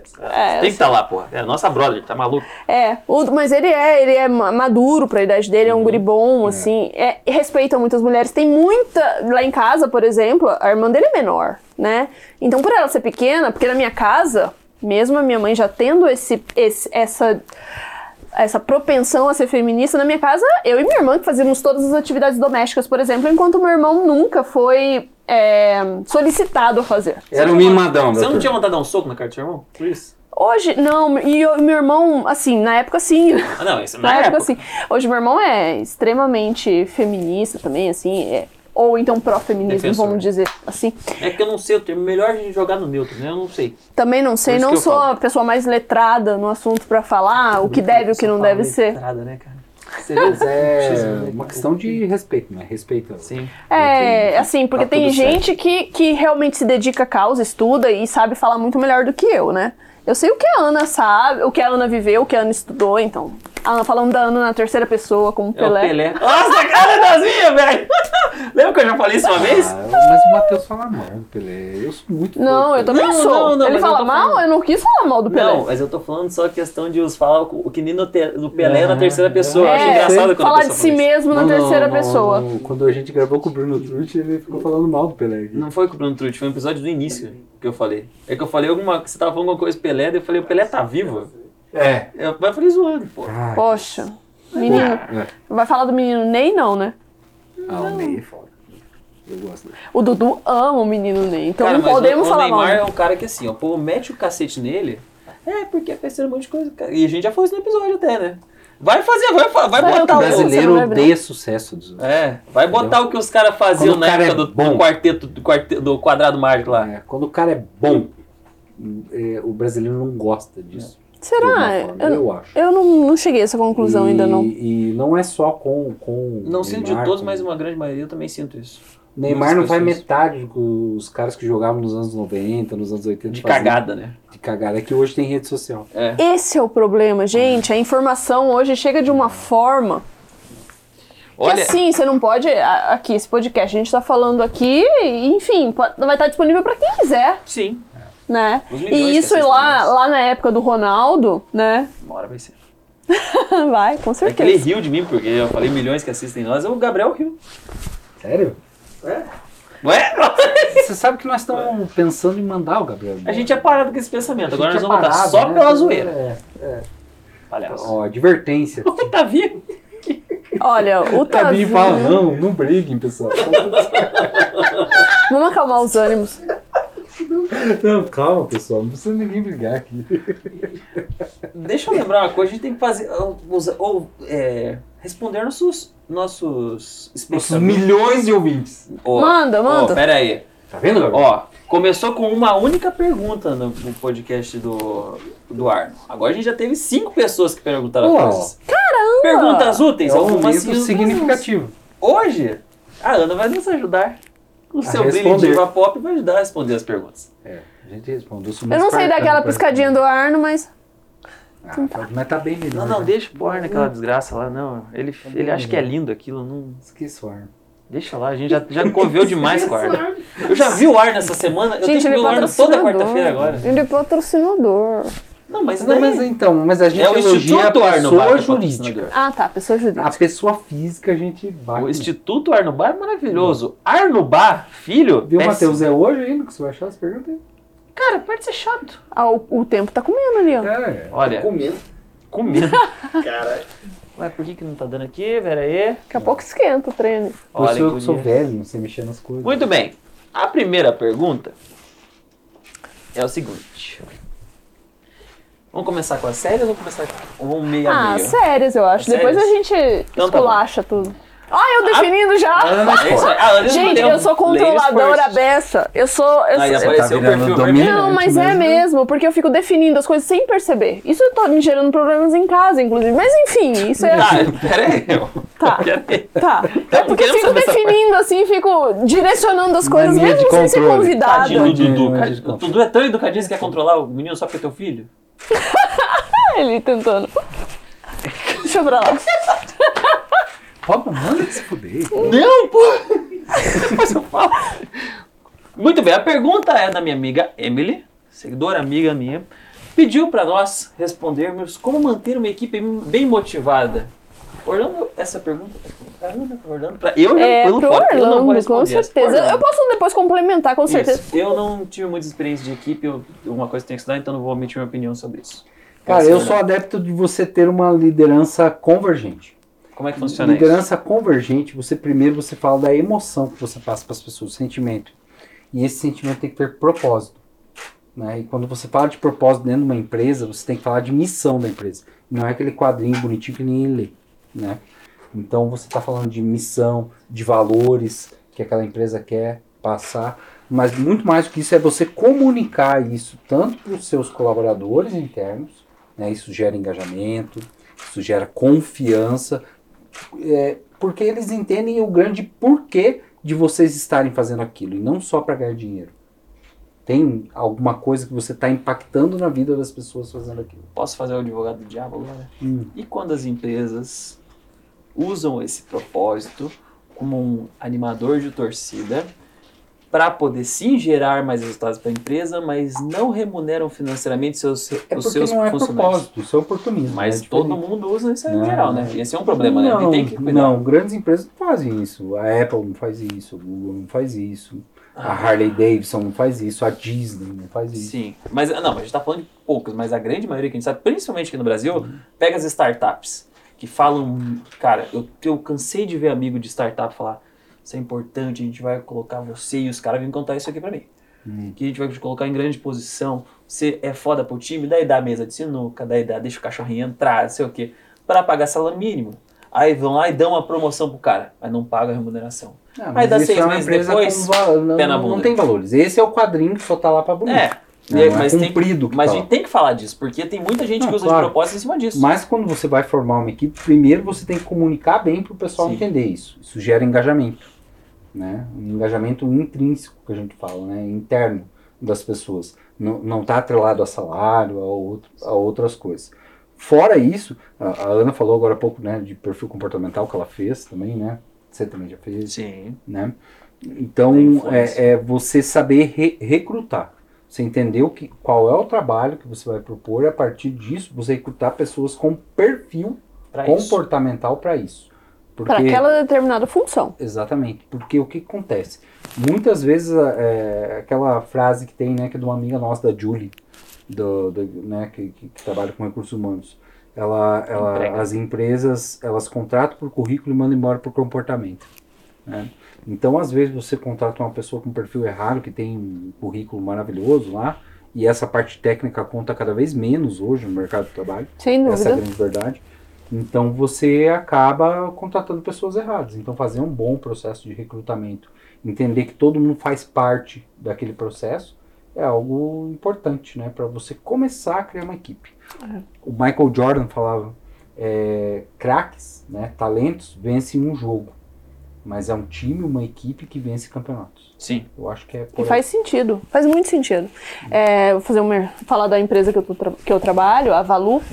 Speaker 4: eu
Speaker 2: tem que estar lá, porra. É nossa brother, tá maluco.
Speaker 4: É, o- mas ele é, ele é ma- maduro pra idade dele, é um guri bom, assim, é, e respeita muitas mulheres. Tem muita. Lá em casa, por exemplo, a irmã dele é menor, né? Então, por ela ser pequena, porque na minha casa, mesmo a minha mãe já tendo esse, esse- essa, essa propensão a ser feminista, na minha casa, eu e minha irmã que fazíamos todas as atividades domésticas, por exemplo, enquanto meu irmão nunca foi é, solicitado a fazer.
Speaker 6: Era um mimadão,
Speaker 2: Você não
Speaker 6: doutor.
Speaker 2: tinha vontade de dar um soco na cara do seu irmão? Por isso?
Speaker 4: Hoje, não, e eu- meu irmão, assim, na época sim.
Speaker 2: Ah, não, isso não
Speaker 4: Na
Speaker 2: é.
Speaker 4: época, assim. Hoje meu irmão é extremamente feminista também, assim. é- ou então pró-feminismo,
Speaker 2: Defensor.
Speaker 4: vamos dizer assim.
Speaker 2: É que eu não sei o termo. Melhor a gente jogar no neutro, né? Eu não sei.
Speaker 4: Também não sei,
Speaker 2: isso
Speaker 4: não
Speaker 2: que eu
Speaker 4: sou
Speaker 2: falo.
Speaker 4: a pessoa mais letrada no assunto pra falar o que deve e o que não deve ser.
Speaker 2: Letrada, né, cara? Você
Speaker 6: Mas é
Speaker 2: Jesus,
Speaker 6: uma questão de respeito, né? Respeito.
Speaker 2: Sim.
Speaker 4: É, assim, porque
Speaker 6: Tá
Speaker 4: tem
Speaker 6: tudo
Speaker 4: gente que, que realmente se dedica à causa, estuda e sabe falar muito melhor do que eu, né? Eu sei o que a Ana sabe, o que a Ana viveu, o que a Ana estudou, então. A Ana falando da Ana na terceira pessoa, como
Speaker 2: É o
Speaker 4: Pelé.
Speaker 2: Pelé. Nossa, a cara das minhas, velho! Lembra que eu já falei isso uma vez?
Speaker 6: Ah, mas o Matheus fala mal, Pelé. Eu sou muito.
Speaker 4: Não,
Speaker 6: fã,
Speaker 4: eu também
Speaker 2: Não,
Speaker 4: sou.
Speaker 2: não, não, mas
Speaker 4: Ele
Speaker 2: eu
Speaker 4: fala
Speaker 2: tô
Speaker 4: mal,
Speaker 2: falando-
Speaker 4: eu não quis falar mal do Pelé.
Speaker 2: Não, mas eu tô falando só a questão de os falar o o que nem no te- do Pelé na
Speaker 6: Ah,
Speaker 2: terceira pessoa. Eu
Speaker 4: É,
Speaker 2: acho engraçado quando a
Speaker 4: falar de
Speaker 2: pessoa
Speaker 4: si
Speaker 2: fala isso.
Speaker 4: mesmo na
Speaker 6: Não, não,
Speaker 4: terceira
Speaker 6: não,
Speaker 4: pessoa.
Speaker 6: não. Quando a gente gravou com o Bruno Trucci, ele ficou falando mal do Pelé. aqui.
Speaker 2: Não foi com o Bruno Truth, foi um episódio do início que eu falei. É que eu falei alguma. Você tava falando alguma coisa do Pelé, daí eu falei, o Pelé tá vivo?
Speaker 6: É.
Speaker 2: Eu, mas eu falei zoando, pô.
Speaker 4: Então
Speaker 6: Ah,
Speaker 4: Poxa. Menino.
Speaker 6: é.
Speaker 4: Vai falar do menino Ney, não, né?
Speaker 6: Ah, o Ney é foda. Eu gosto dele.
Speaker 4: O Dudu ama o menino Ney, então
Speaker 2: Cara,
Speaker 4: não
Speaker 2: mas
Speaker 4: podemos
Speaker 2: o,
Speaker 4: falar
Speaker 2: o Neymar
Speaker 4: mal.
Speaker 2: é um cara que assim, ó, o povo mete o cacete nele. É, porque fez um monte de coisa. cara. E a gente já falou isso no episódio até, né? Vai fazer, vai, fa- vai botar
Speaker 4: Vai, eu
Speaker 2: o.
Speaker 4: Tá bom, também. você
Speaker 6: brasileiro
Speaker 4: não vai brigar.
Speaker 6: odeia sucesso dos outros.
Speaker 2: É, vai botar o que os caras faziam
Speaker 6: Quando o
Speaker 2: na
Speaker 6: cara
Speaker 2: época
Speaker 6: é
Speaker 2: do, do
Speaker 6: bom.
Speaker 2: quarteto, do quarteto do quadrado mágico lá.
Speaker 6: É, quando o cara é bom, é, o brasileiro não gosta disso. de
Speaker 4: É. Será?
Speaker 6: alguma forma,
Speaker 4: Eu,
Speaker 6: eu acho.
Speaker 4: eu não, não cheguei a essa conclusão
Speaker 6: e,
Speaker 4: ainda, não.
Speaker 6: E não é só com. com
Speaker 2: Não
Speaker 6: o
Speaker 2: sinto de
Speaker 6: Neymar,
Speaker 2: todos,
Speaker 6: com-
Speaker 2: mas uma grande maioria eu também sinto isso.
Speaker 6: Neymar não vai
Speaker 2: Muitas pessoas.
Speaker 6: metade dos caras que jogavam nos anos 90, nos anos 80.
Speaker 2: De
Speaker 6: faziam.
Speaker 2: cagada, né?
Speaker 6: De cagada. É que hoje tem rede social.
Speaker 2: É.
Speaker 4: Esse é o problema, gente. A informação hoje chega de uma forma que
Speaker 2: Olha,
Speaker 4: assim, você não pode. a- Aqui, esse podcast, a gente tá falando aqui, e, enfim, po- vai estar disponível pra quem quiser,
Speaker 2: sim.
Speaker 4: né?
Speaker 2: Os milhões
Speaker 4: E
Speaker 2: que
Speaker 4: isso
Speaker 2: assistem
Speaker 4: lá,
Speaker 2: nós.
Speaker 4: lá na época do Ronaldo, né?
Speaker 2: Uma hora vai ser.
Speaker 4: Vai, com
Speaker 2: É que ele
Speaker 4: certeza.
Speaker 2: riu de mim, porque eu falei milhões que assistem nós, é o Gabriel riu.
Speaker 6: Sério?
Speaker 2: Ué?
Speaker 1: Você sabe que nós estamos pensando em mandar o Gabriel.
Speaker 2: A
Speaker 1: embora.
Speaker 2: gente é parado com esse pensamento.
Speaker 6: A
Speaker 2: Agora nós
Speaker 6: gente é
Speaker 2: vamos botar
Speaker 6: parado,
Speaker 2: só
Speaker 6: né?
Speaker 2: pela zoeira.
Speaker 6: É.
Speaker 2: Palhaço.
Speaker 1: Ó, advertência. tá
Speaker 2: tá vivo?
Speaker 4: Olha, o
Speaker 6: O
Speaker 2: tá
Speaker 6: Tavinho fala,
Speaker 4: Tavinho.
Speaker 6: não, não briguem, pessoal.
Speaker 4: Vamos acalmar os ânimos.
Speaker 6: Não, calma, pessoal. Não precisa ninguém brigar aqui.
Speaker 2: Deixa eu lembrar uma coisa. A gente tem que fazer. Ou, usa- ou, é, responder nossos. Nossos.
Speaker 6: Nossos milhões de ouvintes.
Speaker 2: Ó,
Speaker 4: Manda,
Speaker 2: ó, é,
Speaker 4: manda.
Speaker 2: pera aí.
Speaker 1: Tá vendo, Gabriel?
Speaker 2: Ó, começou com uma única pergunta no, no podcast do, do Arno. Agora a gente já teve cinco pessoas que perguntaram
Speaker 1: Ó.
Speaker 2: coisas. Caramba! Perguntas úteis,
Speaker 1: É um
Speaker 2: algumas
Speaker 1: livro
Speaker 2: sim, outras
Speaker 1: significativo.
Speaker 2: não. Hoje, a Ana vai nos ajudar. O seu brilho de
Speaker 1: responder.
Speaker 2: diva pop vai ajudar a responder as perguntas.
Speaker 1: É, a gente respondeu sobre
Speaker 4: Eu não sei daquela piscadinha do Arno, mas.
Speaker 1: Ah, mas tá bem melhor.
Speaker 2: Não, não,
Speaker 1: né?
Speaker 2: deixa o Borne aquela desgraça lá, não. Ele, ele acha que é lindo aquilo, não.
Speaker 1: Esqueça o Arno.
Speaker 2: Deixa lá, a gente já, já conviveu demais com o Arno. Eu já vi o Arno essa semana, eu
Speaker 4: Gente,
Speaker 2: tenho
Speaker 4: ele
Speaker 2: que
Speaker 4: é
Speaker 2: ver o Arno toda quarta-feira
Speaker 4: patrocinador.
Speaker 2: agora.
Speaker 4: Ele é patrocinador.
Speaker 2: Não, mas
Speaker 1: Não,
Speaker 2: não,
Speaker 1: mas então, mas a gente
Speaker 2: é o
Speaker 1: elogia a
Speaker 2: Instituto Arno
Speaker 1: pessoa
Speaker 2: Bar,
Speaker 1: jurídica.
Speaker 4: Ah, tá, pessoa
Speaker 1: A
Speaker 4: jurídica.
Speaker 1: pessoa física a gente bate.
Speaker 2: O Instituto Arnubá é maravilhoso. Arnubá, filho?
Speaker 1: Viu,
Speaker 2: péssimo.
Speaker 1: Matheus? É hoje ainda que você vai achar as perguntas?
Speaker 2: Cara, pode ser chato.
Speaker 4: Ah, o, o tempo tá comendo ali, ó.
Speaker 1: É.
Speaker 2: Olha,
Speaker 3: Comendo.
Speaker 2: comendo.
Speaker 3: Caralho.
Speaker 2: Ué, por que que não tá dando aqui? Pera aí.
Speaker 4: Daqui a pouco esquenta o treino.
Speaker 1: Por isso
Speaker 2: Olha,
Speaker 1: eu que
Speaker 2: que
Speaker 1: sou
Speaker 2: bonito.
Speaker 1: velho, não sei mexer nas coisas.
Speaker 2: Muito bem. A primeira pergunta é o seguinte. Vamos começar com a série ou vamos começar com um meio a
Speaker 4: Ah,
Speaker 2: meio?
Speaker 4: sérias, eu acho.
Speaker 2: Sérias?
Speaker 4: Depois a gente
Speaker 2: Então tá bom.
Speaker 4: esculacha tudo. Ah, eu definindo já!
Speaker 2: É isso aí. Ah, Ana,
Speaker 4: Gente,
Speaker 2: deu-
Speaker 4: eu sou
Speaker 2: Ladies
Speaker 4: controladora
Speaker 2: first.
Speaker 4: beça. Eu sou. Eu
Speaker 2: Aí,
Speaker 4: sou-
Speaker 2: apareceu
Speaker 6: Tá
Speaker 2: o
Speaker 6: virando
Speaker 2: perfil
Speaker 6: domínio.
Speaker 2: vermelho.
Speaker 4: Não, mas é
Speaker 6: mesmo.
Speaker 2: né?
Speaker 4: mesmo, porque eu fico definindo as coisas sem perceber. Isso tá me gerando problemas em casa, inclusive. Mas enfim, isso é.
Speaker 2: Tá, pera aí. eu-
Speaker 4: Tá.
Speaker 2: Pera aí.
Speaker 4: Tá. É porque eu
Speaker 2: querendo
Speaker 4: fico
Speaker 2: saber essa
Speaker 4: definindo, assim, fico direcionando as coisas,
Speaker 1: Mania
Speaker 4: mesmo
Speaker 1: de
Speaker 4: sem ser
Speaker 1: controle.
Speaker 4: convidada.
Speaker 2: Tadinho do Dudu.
Speaker 4: né?
Speaker 1: Não,
Speaker 2: cara.
Speaker 1: não, não.
Speaker 2: O Dudu é tão educadinho que quer controlar o menino só porque é teu filho?
Speaker 4: Ah, ele tentando. Deixa eu pra lá.
Speaker 1: Pô, manda se fuder.
Speaker 2: Não, pô! Depois eu falo. Muito bem, a pergunta é da minha amiga Emily, seguidora amiga minha, pediu pra nós respondermos como manter uma equipe bem motivada. Orlando, essa pergunta é pra Orlando, pra Orlando, pra eu,
Speaker 4: É,
Speaker 2: eu,
Speaker 4: pro
Speaker 2: fora, eu não vou
Speaker 4: Orlando,
Speaker 2: responder.
Speaker 4: com
Speaker 2: essa pra
Speaker 4: certeza.
Speaker 2: Orlando.
Speaker 4: Eu posso depois complementar, com certeza.
Speaker 2: Isso, eu não tive muita experiência de equipe, eu, uma coisa tem que estudar, então não vou omitir minha opinião sobre isso.
Speaker 1: Cara, eu
Speaker 2: Essa, é
Speaker 1: sou adepto de você ter uma liderança convergente.
Speaker 2: Como é que funciona isso?
Speaker 1: Liderança convergente, você primeiro você fala da emoção que você passa para as pessoas, o sentimento. E esse sentimento tem que ter propósito. Né? E quando você fala de propósito dentro de uma empresa, você tem que falar de missão da empresa. Não é aquele quadrinho bonitinho que ninguém lê. Né? Então você está falando de missão, de valores que aquela empresa quer passar. Mas muito mais do que isso é você comunicar isso tanto para os seus colaboradores internos, né? isso gera engajamento, isso gera confiança é, porque eles entendem o grande porquê de vocês estarem fazendo aquilo e não só para ganhar dinheiro. Tem alguma coisa que você está impactando na vida das pessoas fazendo aquilo.
Speaker 2: Posso fazer o advogado do diabo agora?
Speaker 1: Hum.
Speaker 2: E quando as empresas usam esse propósito como um animador de torcida para poder sim gerar mais resultados para a empresa, mas não remuneram financeiramente seus,
Speaker 1: É
Speaker 2: os
Speaker 1: porque
Speaker 2: seus
Speaker 1: não é
Speaker 2: funcionários?
Speaker 1: propósito, isso é oportunismo.
Speaker 2: Mas
Speaker 1: né? É
Speaker 2: todo
Speaker 1: diferente.
Speaker 2: mundo usa isso em
Speaker 1: Não.
Speaker 2: geral, né? Esse é um problema, né?
Speaker 1: não,
Speaker 2: Alguém tem que cuidar.
Speaker 1: não, grandes empresas não fazem isso. A Apple não faz isso, a Google não faz isso,
Speaker 2: Ah.
Speaker 1: a Harley Davidson não faz isso, a Disney não faz isso.
Speaker 2: Sim, mas não, a gente tá falando de poucos, mas a grande maioria que a gente sabe, principalmente aqui no Brasil, pega as startups que falam, cara, eu, eu cansei de ver amigo de startup falar, isso é importante, a gente vai colocar você e os caras vêm contar isso aqui pra mim.
Speaker 1: Hum.
Speaker 2: Que a gente vai te colocar em grande posição, você é foda pro time, daí dá a mesa de sinuca, daí dá, deixa o cachorrinho entrar, não sei o quê, para pagar salário mínimo. Aí vão lá e dão uma promoção pro cara, mas não paga a remuneração.
Speaker 1: Ah,
Speaker 2: Aí dá
Speaker 1: isso
Speaker 2: seis
Speaker 1: é uma
Speaker 2: meses
Speaker 1: empresa
Speaker 2: assim, depois,
Speaker 1: com val- não,
Speaker 2: pé na
Speaker 1: não- não
Speaker 2: bunda.
Speaker 1: tem valores. Esse é o quadrinho que só tá lá para bonito.
Speaker 2: É,
Speaker 1: Não,
Speaker 2: e-
Speaker 1: não é
Speaker 2: mas, tem,
Speaker 1: comprido que
Speaker 2: mas
Speaker 1: tá
Speaker 2: a
Speaker 1: lá.
Speaker 2: gente tem que falar disso, porque tem muita gente
Speaker 1: Não,
Speaker 2: que usa
Speaker 1: claro.
Speaker 2: de propósito em cima disso.
Speaker 1: Mas quando você vai formar uma equipe, primeiro você tem que comunicar bem para o pessoal
Speaker 2: Sim.
Speaker 1: entender isso. Isso gera engajamento, né? Um engajamento intrínseco que a gente fala, né? Interno das pessoas. Não, não tá atrelado a salário, a, outro, a outras coisas. Fora isso, a, a Ana falou agora há pouco, né, de perfil comportamental que ela fez também, né? Você também já fez
Speaker 2: Sim.
Speaker 1: né?
Speaker 2: Da
Speaker 1: Então
Speaker 2: influência.
Speaker 1: é, é você saber re- recrutar. Você entender o que, qual é o trabalho que você vai propor e a partir disso você recrutar pessoas com perfil
Speaker 2: Pra isso.
Speaker 1: comportamental para isso.
Speaker 6: Porque,
Speaker 4: Para aquela determinada função.
Speaker 6: Exatamente. Porque o que que acontece? Muitas vezes a- é, aquela frase que tem, né, que é de uma amiga nossa, da Julie, do, do- né, que, que- que trabalha com recursos humanos. Ela, ela-
Speaker 2: Entrega.
Speaker 6: as empresas, elas contratam por currículo e mandam embora por comportamento. né? Então, às vezes, você contrata uma pessoa com um perfil errado, que tem um currículo maravilhoso lá, e essa parte técnica conta cada vez menos hoje no mercado de trabalho.
Speaker 4: Sem
Speaker 6: Essa é a
Speaker 4: dúvida.
Speaker 6: grande verdade. Então você acaba contratando pessoas erradas. Então fazer um bom processo de recrutamento, entender que todo mundo faz parte daquele processo, é algo importante, né, para você começar a criar uma equipe.
Speaker 4: É.
Speaker 6: O Michael Jordan falava, é, craques, né, talentos vencem um jogo, mas é um time, uma equipe que vence campeonatos.
Speaker 2: Sim.
Speaker 6: Eu acho que é por
Speaker 4: E
Speaker 6: aí.
Speaker 4: faz sentido, faz muito sentido. É, vou fazer uma, falar da empresa que eu, tô tra- que eu trabalho, a Valup,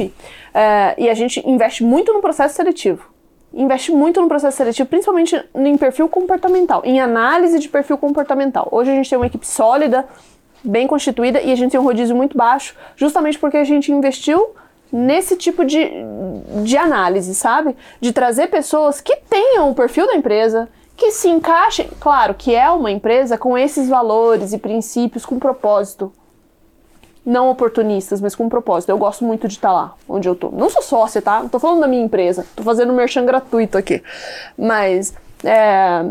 Speaker 4: é, e a gente investe muito no processo seletivo. Investe muito no processo seletivo, principalmente em perfil comportamental, em análise de perfil comportamental. Hoje a gente tem uma equipe sólida, bem constituída, e a gente tem um rodízio muito baixo, justamente porque a gente investiu nesse tipo de, de análise, sabe? De trazer pessoas que tenham o perfil da empresa, que se encaixem, claro, que é uma empresa com esses valores e princípios, com propósito. Não oportunistas, mas com um propósito. Eu gosto muito de estar lá, onde eu tô. Não sou sócia, tá? Não tô falando da minha empresa. Tô fazendo um merchan gratuito aqui. Mas. é,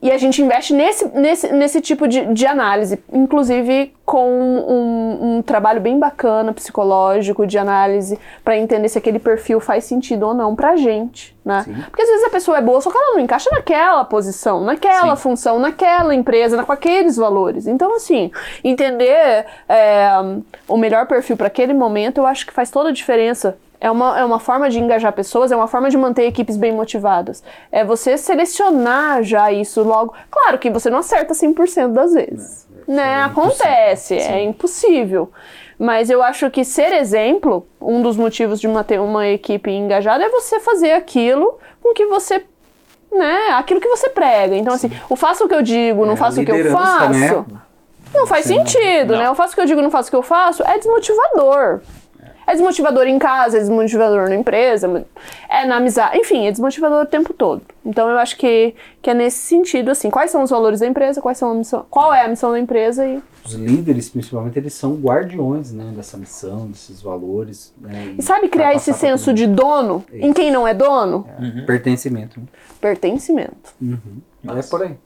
Speaker 4: E a gente investe nesse, nesse, nesse tipo de, de análise, inclusive com um, um trabalho bem bacana psicológico de análise para entender se aquele perfil faz sentido ou não pra gente, né?
Speaker 6: Sim.
Speaker 4: Porque às vezes a pessoa é boa, só que ela não encaixa naquela posição, naquela
Speaker 2: Sim.
Speaker 4: função, naquela empresa, na- com aqueles valores. Então, assim, entender é, o melhor perfil para aquele momento, eu acho que faz toda a diferença. É uma, é uma forma de engajar pessoas, é uma forma de manter equipes bem motivadas. É você selecionar já isso logo. Claro que você não acerta 100% das vezes. né?
Speaker 6: é impossível.
Speaker 4: Acontece, é impossível. Mas eu acho que ser exemplo, um dos motivos de manter uma equipe engajada é você fazer aquilo com que você, né, aquilo que você prega. Então, assim, o faço o que eu digo, não
Speaker 6: É,
Speaker 4: faço o que eu
Speaker 6: liderança,
Speaker 4: faço.
Speaker 6: né?
Speaker 4: Não faz
Speaker 6: Sim.
Speaker 4: sentido,
Speaker 2: Não.
Speaker 4: né? Eu faço o que eu digo, não faço o que eu faço. É desmotivador. É desmotivador em casa, é desmotivador na empresa, é na amizade. Enfim, é desmotivador o tempo todo. Então eu acho que, que é nesse sentido, assim, quais são os valores da empresa, quais são a missão, qual é a missão da empresa e,
Speaker 6: Os líderes, principalmente, eles são guardiões, né, dessa missão, desses valores. Né,
Speaker 4: e sabe criar
Speaker 6: vai
Speaker 4: esse
Speaker 6: passar pra
Speaker 4: senso
Speaker 6: todo
Speaker 4: de dono em
Speaker 6: Isso.
Speaker 4: quem não é dono?
Speaker 2: Uhum.
Speaker 6: mundo. pertencimento. né?
Speaker 4: Pertencimento.
Speaker 6: É por aí.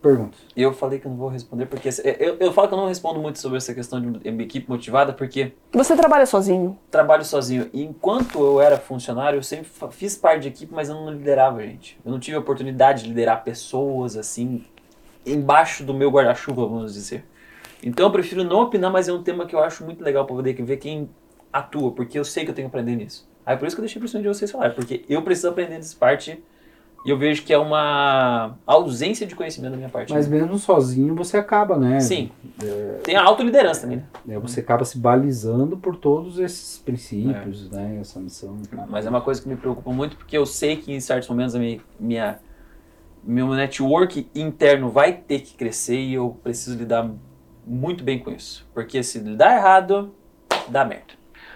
Speaker 6: Pergunta.
Speaker 2: Eu falei que eu não vou responder, porque esse- eu, eu falo que eu não respondo muito sobre essa questão de uma equipe motivada, porque
Speaker 4: Você trabalha sozinho.
Speaker 2: trabalho sozinho. E enquanto eu era funcionário, eu sempre fa- fiz parte de equipe, mas eu não liderava, gente. Eu não tive a oportunidade de liderar pessoas assim, embaixo do meu guarda-chuva, vamos dizer. Então eu prefiro não opinar, mas é um tema que eu acho muito legal para poder ver quem atua, porque eu sei que eu tenho que aprender nisso. Aí por isso que eu deixei para cima de vocês falar, porque eu preciso aprender dessa parte e eu vejo que é uma ausência de conhecimento da minha parte.
Speaker 6: Mas
Speaker 2: né?
Speaker 6: mesmo sozinho você acaba, né?
Speaker 2: Sim. Tem a autoliderança também, né?
Speaker 6: É, Você acaba se balizando por todos esses princípios,
Speaker 2: É.
Speaker 6: né? Essa missão.
Speaker 2: Mas é uma coisa que me preocupa muito, porque eu sei que em certos momentos a minha, minha- meu network interno vai ter que crescer e eu preciso lidar muito bem com isso. Porque se dá errado, dá merda.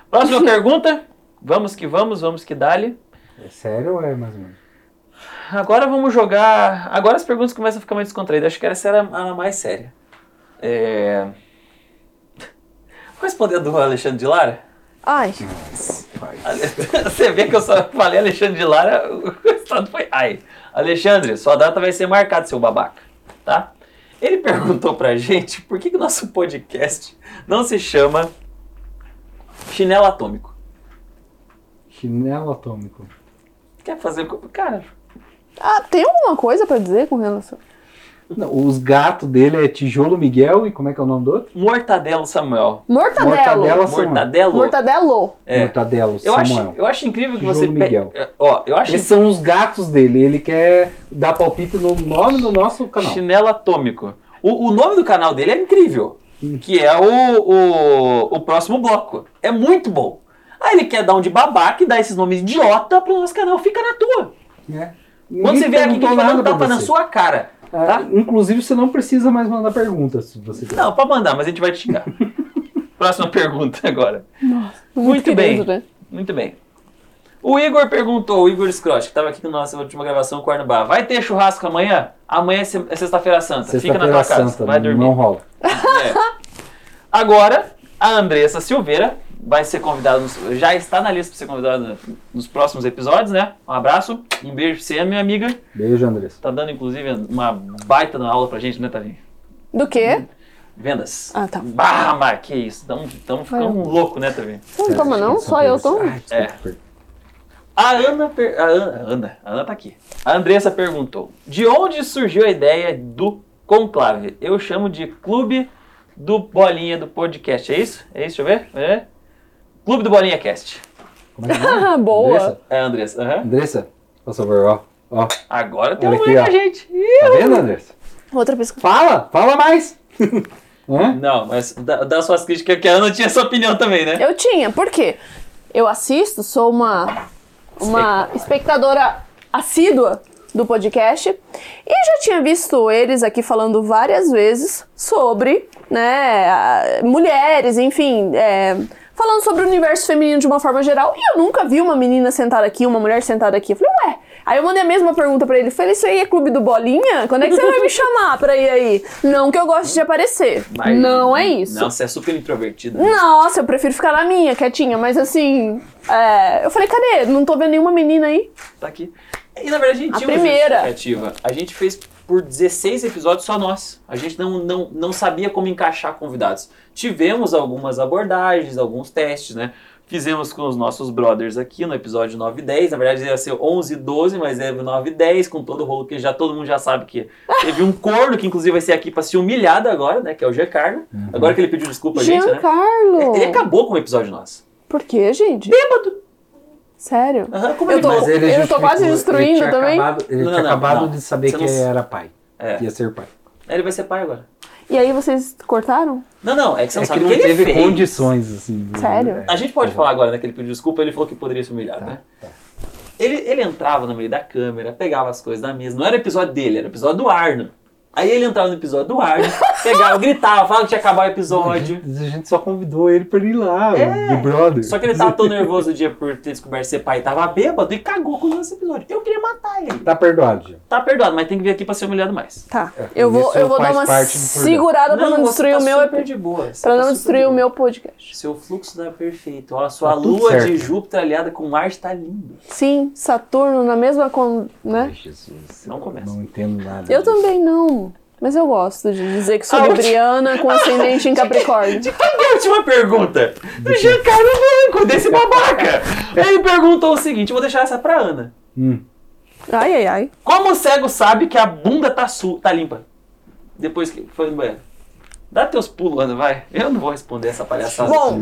Speaker 2: Próxima pergunta. Vamos que vamos, vamos que dali.
Speaker 6: É sério ou é mais ou menos?
Speaker 2: Agora vamos jogar. Agora as perguntas começam a ficar mais descontraídas. Acho que essa era a mais séria. É... Vou responder a do Alexandre de Lara?
Speaker 4: Ai,
Speaker 2: Você vê que eu só falei Alexandre de Lara, o resultado foi. Ai, Alexandre, sua data vai ser marcada, seu babaca, tá? Ele perguntou pra gente por que que o nosso podcast não se chama Chinelo Atômico.
Speaker 6: Chinelo atômico.
Speaker 2: Quer fazer. co- Cara,
Speaker 4: ah, tem alguma coisa pra dizer com relação?
Speaker 6: Não, os gatos dele é Tijolo Miguel e como é que é o nome do outro?
Speaker 2: Mortadelo Samuel.
Speaker 4: Mortadelo.
Speaker 6: Mortadela Samuel.
Speaker 2: Mortadelo.
Speaker 4: Mortadelo.
Speaker 2: É.
Speaker 6: Mortadelo
Speaker 2: Eu acho,
Speaker 6: Samuel.
Speaker 2: eu acho incrível que
Speaker 6: Tijolo
Speaker 2: você. pe-
Speaker 6: Miguel.
Speaker 2: Ó, eu acho
Speaker 6: Esses são os gatos dele. Ele quer dar palpite no nome do nosso canal.
Speaker 2: Chinelo Atômico. O, o nome do canal dele é incrível.
Speaker 6: Hum.
Speaker 2: Que é o, o, o próximo bloco. É muito bom. Aí ele quer dar um de babaca e dar esses nomes idiota pro nosso canal. Fica na tua.
Speaker 6: Né?
Speaker 2: Quando você vier aqui, que a gente vai dar um
Speaker 6: nada
Speaker 2: tapa
Speaker 6: pra
Speaker 2: na
Speaker 6: você.
Speaker 2: sua cara.
Speaker 6: Ah,
Speaker 2: tá?
Speaker 6: Inclusive, você não precisa mais mandar perguntas se você quiser.
Speaker 2: Não, pode mandar, mas a gente vai te xingar. Próxima pergunta agora.
Speaker 4: Nossa,
Speaker 2: Muito bem.
Speaker 4: querido, né?
Speaker 2: Muito bem. O Igor perguntou, o Igor Scrott, que tava aqui na nossa última gravação com o Arnubá, vai ter churrasco amanhã? Amanhã é se- é sexta-feira santa, fica na
Speaker 6: Sexta-feira
Speaker 2: tua casa,
Speaker 6: santa,
Speaker 2: vai dormir.
Speaker 6: não rola.
Speaker 2: É. Agora, a Andressa Silveira vai ser convidada, nos- já está na lista para ser convidada nos próximos episódios, né? Um abraço, um beijo pra você, minha amiga.
Speaker 6: Beijo, Andressa.
Speaker 2: Tá dando, inclusive, uma baita na aula pra gente, né, Tavinho?
Speaker 4: Do
Speaker 2: Hum.
Speaker 4: quê?
Speaker 2: Vendas.
Speaker 4: Ah, tá. um
Speaker 2: Bah, mas que isso, estamos ficando louco, né, Tavinho?
Speaker 4: Não toma não, só eu tomo.
Speaker 6: Ah, desculpa,
Speaker 2: É.
Speaker 6: perdão.
Speaker 2: A Ana, per- a Ana, a Ana, a Ana tá aqui. A Andressa perguntou: De onde surgiu a ideia do conclave? Eu chamo de Clube do Bolinha do podcast. É isso? É isso? Deixa eu ver. É. Clube do Bolinha Cast.
Speaker 6: Como é que é o nome?
Speaker 4: Ah, boa.
Speaker 6: Andressa?
Speaker 2: É, Andressa. aham.
Speaker 6: Andressa, por favor, ó. ó. Tá
Speaker 2: Agora tem
Speaker 6: Olha
Speaker 2: uma
Speaker 6: aqui,
Speaker 2: aí
Speaker 6: ó.
Speaker 2: na gente. Ih!
Speaker 6: vendo, Andressa?
Speaker 4: Outra pessoa.
Speaker 6: Fala, fala mais. Hã?
Speaker 2: Não, mas dá, dá suas críticas, que a Ana tinha sua opinião também, né?
Speaker 4: Eu tinha, por quê? Eu assisto, sou uma, uma espectadora assídua do podcast e já tinha visto eles aqui falando várias vezes sobre né, a- mulheres, enfim, é, falando sobre o universo feminino de uma forma geral. E eu nunca vi uma menina sentada aqui, uma mulher sentada aqui. Eu falei, ué. Aí eu mandei a mesma pergunta pra ele. Falei, isso aí é clube do Bolinha? Quando é que você vai me chamar pra ir aí? Não que eu goste de aparecer.
Speaker 2: Mas-
Speaker 4: não é isso. Um
Speaker 2: Não, você é super introvertida.
Speaker 4: Nossa, eu prefiro ficar na minha, quietinha, mas assim. é, eu falei, cadê? Não tô vendo nenhuma menina aí.
Speaker 2: Tá aqui. E na verdade a gente
Speaker 4: A
Speaker 2: tinha uma
Speaker 4: primeira.
Speaker 2: justificativa. A gente fez por 16 episódios só nós. A gente não, não, não sabia como encaixar convidados. Tivemos algumas abordagens, alguns testes, né? Fizemos com os nossos brothers aqui no episódio 9 e 10. Na verdade ia ser 11 e 12, mas é 9 e 10 com todo o rolo que já todo mundo já sabe que teve um corno que inclusive vai ser aqui pra ser humilhado agora, né? Que é o Giancarlo.
Speaker 6: Uhum.
Speaker 2: Agora que ele pediu desculpa a gente, né?
Speaker 4: Giancarlo!
Speaker 2: Ele acabou com o episódio nosso.
Speaker 4: Por quê, gente?
Speaker 2: Bêbado!
Speaker 4: Sério?
Speaker 2: Aham, como
Speaker 4: Eu
Speaker 2: ele
Speaker 4: tô-
Speaker 2: pode?
Speaker 4: eu tô
Speaker 6: justificou,
Speaker 4: quase
Speaker 6: ele
Speaker 4: destruindo
Speaker 6: tinha
Speaker 4: também.
Speaker 6: acabado- ele
Speaker 2: Não,
Speaker 6: tinha
Speaker 2: não,
Speaker 6: acabado
Speaker 2: não.
Speaker 6: de saber
Speaker 2: Você
Speaker 6: que
Speaker 2: não-
Speaker 6: era pai.
Speaker 2: É.
Speaker 6: Que ia ser pai.
Speaker 2: Ele vai ser pai agora.
Speaker 4: E aí vocês cortaram?
Speaker 2: Não, não, é que você não
Speaker 6: é que
Speaker 2: sabe o
Speaker 6: não
Speaker 2: que ele
Speaker 6: teve
Speaker 2: fez.
Speaker 6: condições, assim. de-
Speaker 4: Sério?
Speaker 6: é.
Speaker 2: A gente pode falar agora, né, que ele pediu desculpa, ele falou que poderia se
Speaker 6: Tá,
Speaker 2: humilhar, né? Ele, ele entrava no meio da câmera, pegava as coisas da mesa. Não era episódio dele, era episódio do Arno. Aí ele entrava no episódio do Arno, pegava, gritava, falava que tinha acabar o
Speaker 6: A
Speaker 2: episódio.
Speaker 6: gente, a gente só convidou ele pra ele ir lá, de brother.
Speaker 2: É. Só que ele tava tão nervoso o dia por ter descoberto ser pai e tava bêbado e cagou com o nosso episódio. Eu queria matar ele.
Speaker 6: Tá perdoado, já.
Speaker 2: Tá perdoado, mas tem que vir aqui pra ser humilhado mais.
Speaker 4: Tá.
Speaker 6: É,
Speaker 4: eu vou,
Speaker 6: isso
Speaker 4: eu vou dar
Speaker 6: faz
Speaker 4: uma
Speaker 6: parte do programa.
Speaker 4: segurada pra não
Speaker 2: você
Speaker 4: destruir
Speaker 2: tá
Speaker 4: o meu.
Speaker 2: super de boa. você
Speaker 4: Pra
Speaker 2: tá
Speaker 4: não
Speaker 2: super
Speaker 4: destruir
Speaker 2: de
Speaker 4: o
Speaker 2: boa.
Speaker 4: meu podcast.
Speaker 2: Seu fluxo tá perfeito. ó, A sua
Speaker 6: tudo
Speaker 2: lua de
Speaker 6: certo.
Speaker 2: Júpiter aliada com Marte tá lindo.
Speaker 4: Sim, Saturno na mesma. Con... né?
Speaker 6: Ai, Jesus.
Speaker 2: assim, Não começa.
Speaker 6: Não entendo nada.
Speaker 4: Eu
Speaker 6: disso.
Speaker 4: também não. Mas eu gosto de dizer que sou
Speaker 2: Ah,
Speaker 4: libriana com ascendente em Capricórnio.
Speaker 2: De quem que é a última pergunta? Do Giancarlo Branco, desse babaca. Ele perguntou o seguinte, eu vou deixar essa pra Ana.
Speaker 6: Hum.
Speaker 4: Ai, ai, ai.
Speaker 2: Como o cego sabe que a bunda tá, su tá limpa? Depois que foi no banheiro. Dá teus pulos, Ana, vai. Eu não vou responder essa palhaçada.
Speaker 4: Bom,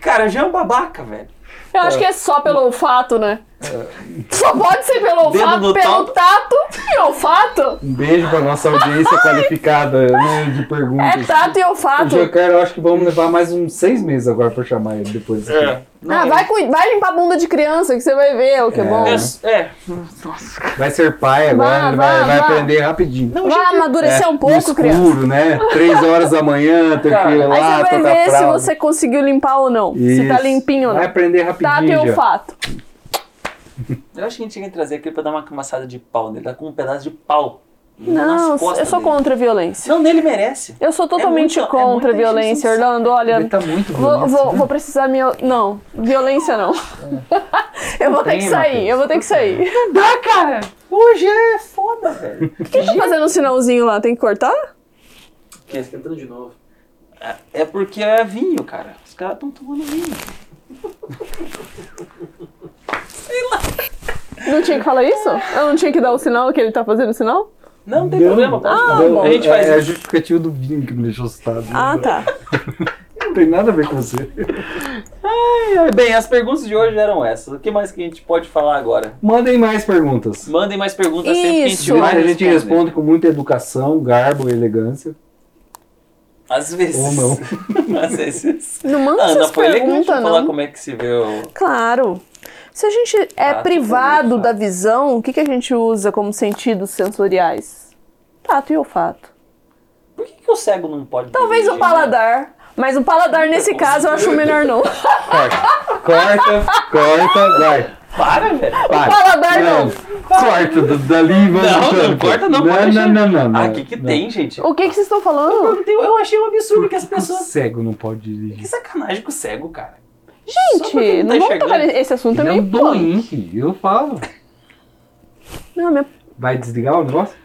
Speaker 2: Cara, já é um babaca, velho.
Speaker 4: Eu acho que é só pelo olfato, né?
Speaker 6: É.
Speaker 4: Só pode ser pelo
Speaker 2: Dedo
Speaker 4: olfato,
Speaker 2: no
Speaker 4: pelo
Speaker 2: tato.
Speaker 4: tato e olfato.
Speaker 6: Um beijo pra nossa audiência qualificada né, de
Speaker 4: É
Speaker 6: perguntas.
Speaker 4: tato e
Speaker 6: O
Speaker 4: olfato.
Speaker 6: Joker, eu acho que vamos levar mais uns seis meses agora pra chamar ele depois.
Speaker 2: É.
Speaker 6: disso aqui.
Speaker 4: Ah, vai, cu- vai limpar a bunda de criança que você vai ver o que é, bom.
Speaker 6: É.
Speaker 2: É, é.
Speaker 6: Vai ser pai
Speaker 4: Vá,
Speaker 6: agora, ele vai,
Speaker 4: vá,
Speaker 6: vai
Speaker 4: vá.
Speaker 6: aprender rapidinho.
Speaker 2: Não,
Speaker 4: Vai
Speaker 2: gente,
Speaker 4: amadurecer
Speaker 6: É,
Speaker 4: um
Speaker 6: no
Speaker 4: pouco,
Speaker 6: escuro,
Speaker 4: criança. Tá.
Speaker 6: né? Três horas da manhã, tem que ir
Speaker 4: Aí
Speaker 6: lá,
Speaker 4: você vai
Speaker 6: trocar
Speaker 4: ver se
Speaker 6: fralda.
Speaker 4: você conseguiu limpar ou não. Se tá
Speaker 6: tá Isso.
Speaker 4: limpinho ou
Speaker 6: Vai
Speaker 4: não. Tá,
Speaker 6: aprender
Speaker 4: Tato e
Speaker 6: rapidinho. já.
Speaker 4: olfato.
Speaker 2: eu acho que a gente tinha que trazer aqui pra dar uma camaçada de pau nele. Tá com um pedaço de pau.
Speaker 4: Não,
Speaker 2: É nas costas
Speaker 4: eu sou
Speaker 2: dele.
Speaker 4: contra a violência.
Speaker 2: Não, nele merece.
Speaker 4: Eu sou totalmente
Speaker 2: muito- é
Speaker 4: contra
Speaker 2: muita
Speaker 4: a violência,
Speaker 2: injustiça.
Speaker 4: Orlando. Olha,
Speaker 6: Ele tá muito
Speaker 4: Vou,
Speaker 6: violento.
Speaker 4: vou, vou precisar me. Não, violência não. eu vou ter que
Speaker 6: É. tem,
Speaker 4: sair,
Speaker 6: Matheus.
Speaker 4: eu vou ter que sair.
Speaker 2: Não dá, cara. Hoje é foda, velho.
Speaker 4: Quem tá fazendo um sinalzinho lá? Tem que cortar?
Speaker 3: Tá esquentando de novo.
Speaker 2: É porque é vinho, cara. Os caras estão tomando vinho.
Speaker 4: Não tinha que falar isso? Eu não tinha que dar o sinal que ele tá fazendo o sinal?
Speaker 2: Não, não tem problema, pode falar.
Speaker 4: Ah, bom.
Speaker 2: A gente
Speaker 6: é,
Speaker 2: faz
Speaker 6: é a
Speaker 2: isso.
Speaker 6: justificativa do vinho que me deixou assustado.
Speaker 4: Ah, tá.
Speaker 6: Não tem nada a ver com você.
Speaker 2: Ai, ai, Bem, as perguntas de hoje eram essas. O que mais que a gente pode falar agora?
Speaker 6: Mandem mais perguntas.
Speaker 2: Mandem mais perguntas sempre que a gente
Speaker 4: Isso.
Speaker 2: vai
Speaker 6: a gente
Speaker 2: responder.
Speaker 6: responde com muita educação, garbo e elegância.
Speaker 2: Às vezes.
Speaker 6: Ou não.
Speaker 2: Às vezes.
Speaker 4: Não manda
Speaker 2: Ana,
Speaker 4: essas
Speaker 2: foi elegante
Speaker 4: perguntas,
Speaker 2: falar
Speaker 4: não.
Speaker 2: como é que se vê o...
Speaker 4: Claro. Se a gente é
Speaker 2: Ah, tá
Speaker 4: privado
Speaker 2: bom,
Speaker 4: da
Speaker 2: tá.
Speaker 4: visão, o que, que a gente usa como sentidos sensoriais? Tato e olfato.
Speaker 2: Por que, que o cego não pode...
Speaker 4: Talvez o
Speaker 2: dirigir, né?
Speaker 4: paladar. Mas o paladar, nesse caso, eu acho melhor não.
Speaker 6: Corta, corta, corta, vai.
Speaker 2: né? Para, velho.
Speaker 6: Para.
Speaker 4: paladar não.
Speaker 6: Corta do- dali, mano.
Speaker 2: Não, não corta, não,
Speaker 6: Não,
Speaker 2: pode deixar.
Speaker 6: não, não, não, não.
Speaker 2: Ah, o que que tem, gente?
Speaker 4: O que que vocês estão falando?
Speaker 2: Eu, eu achei um absurdo que as pessoas...
Speaker 6: Cego não pode dirigir.
Speaker 2: Que sacanagem com o cego, cara. Só porque
Speaker 4: Gente,
Speaker 2: não tá
Speaker 4: não vamos
Speaker 2: enxergando.
Speaker 4: tocar nesse assunto
Speaker 6: Ele é
Speaker 4: também.
Speaker 6: um doente, eu falo.
Speaker 4: Não, minha-
Speaker 1: Vai desligar o negócio?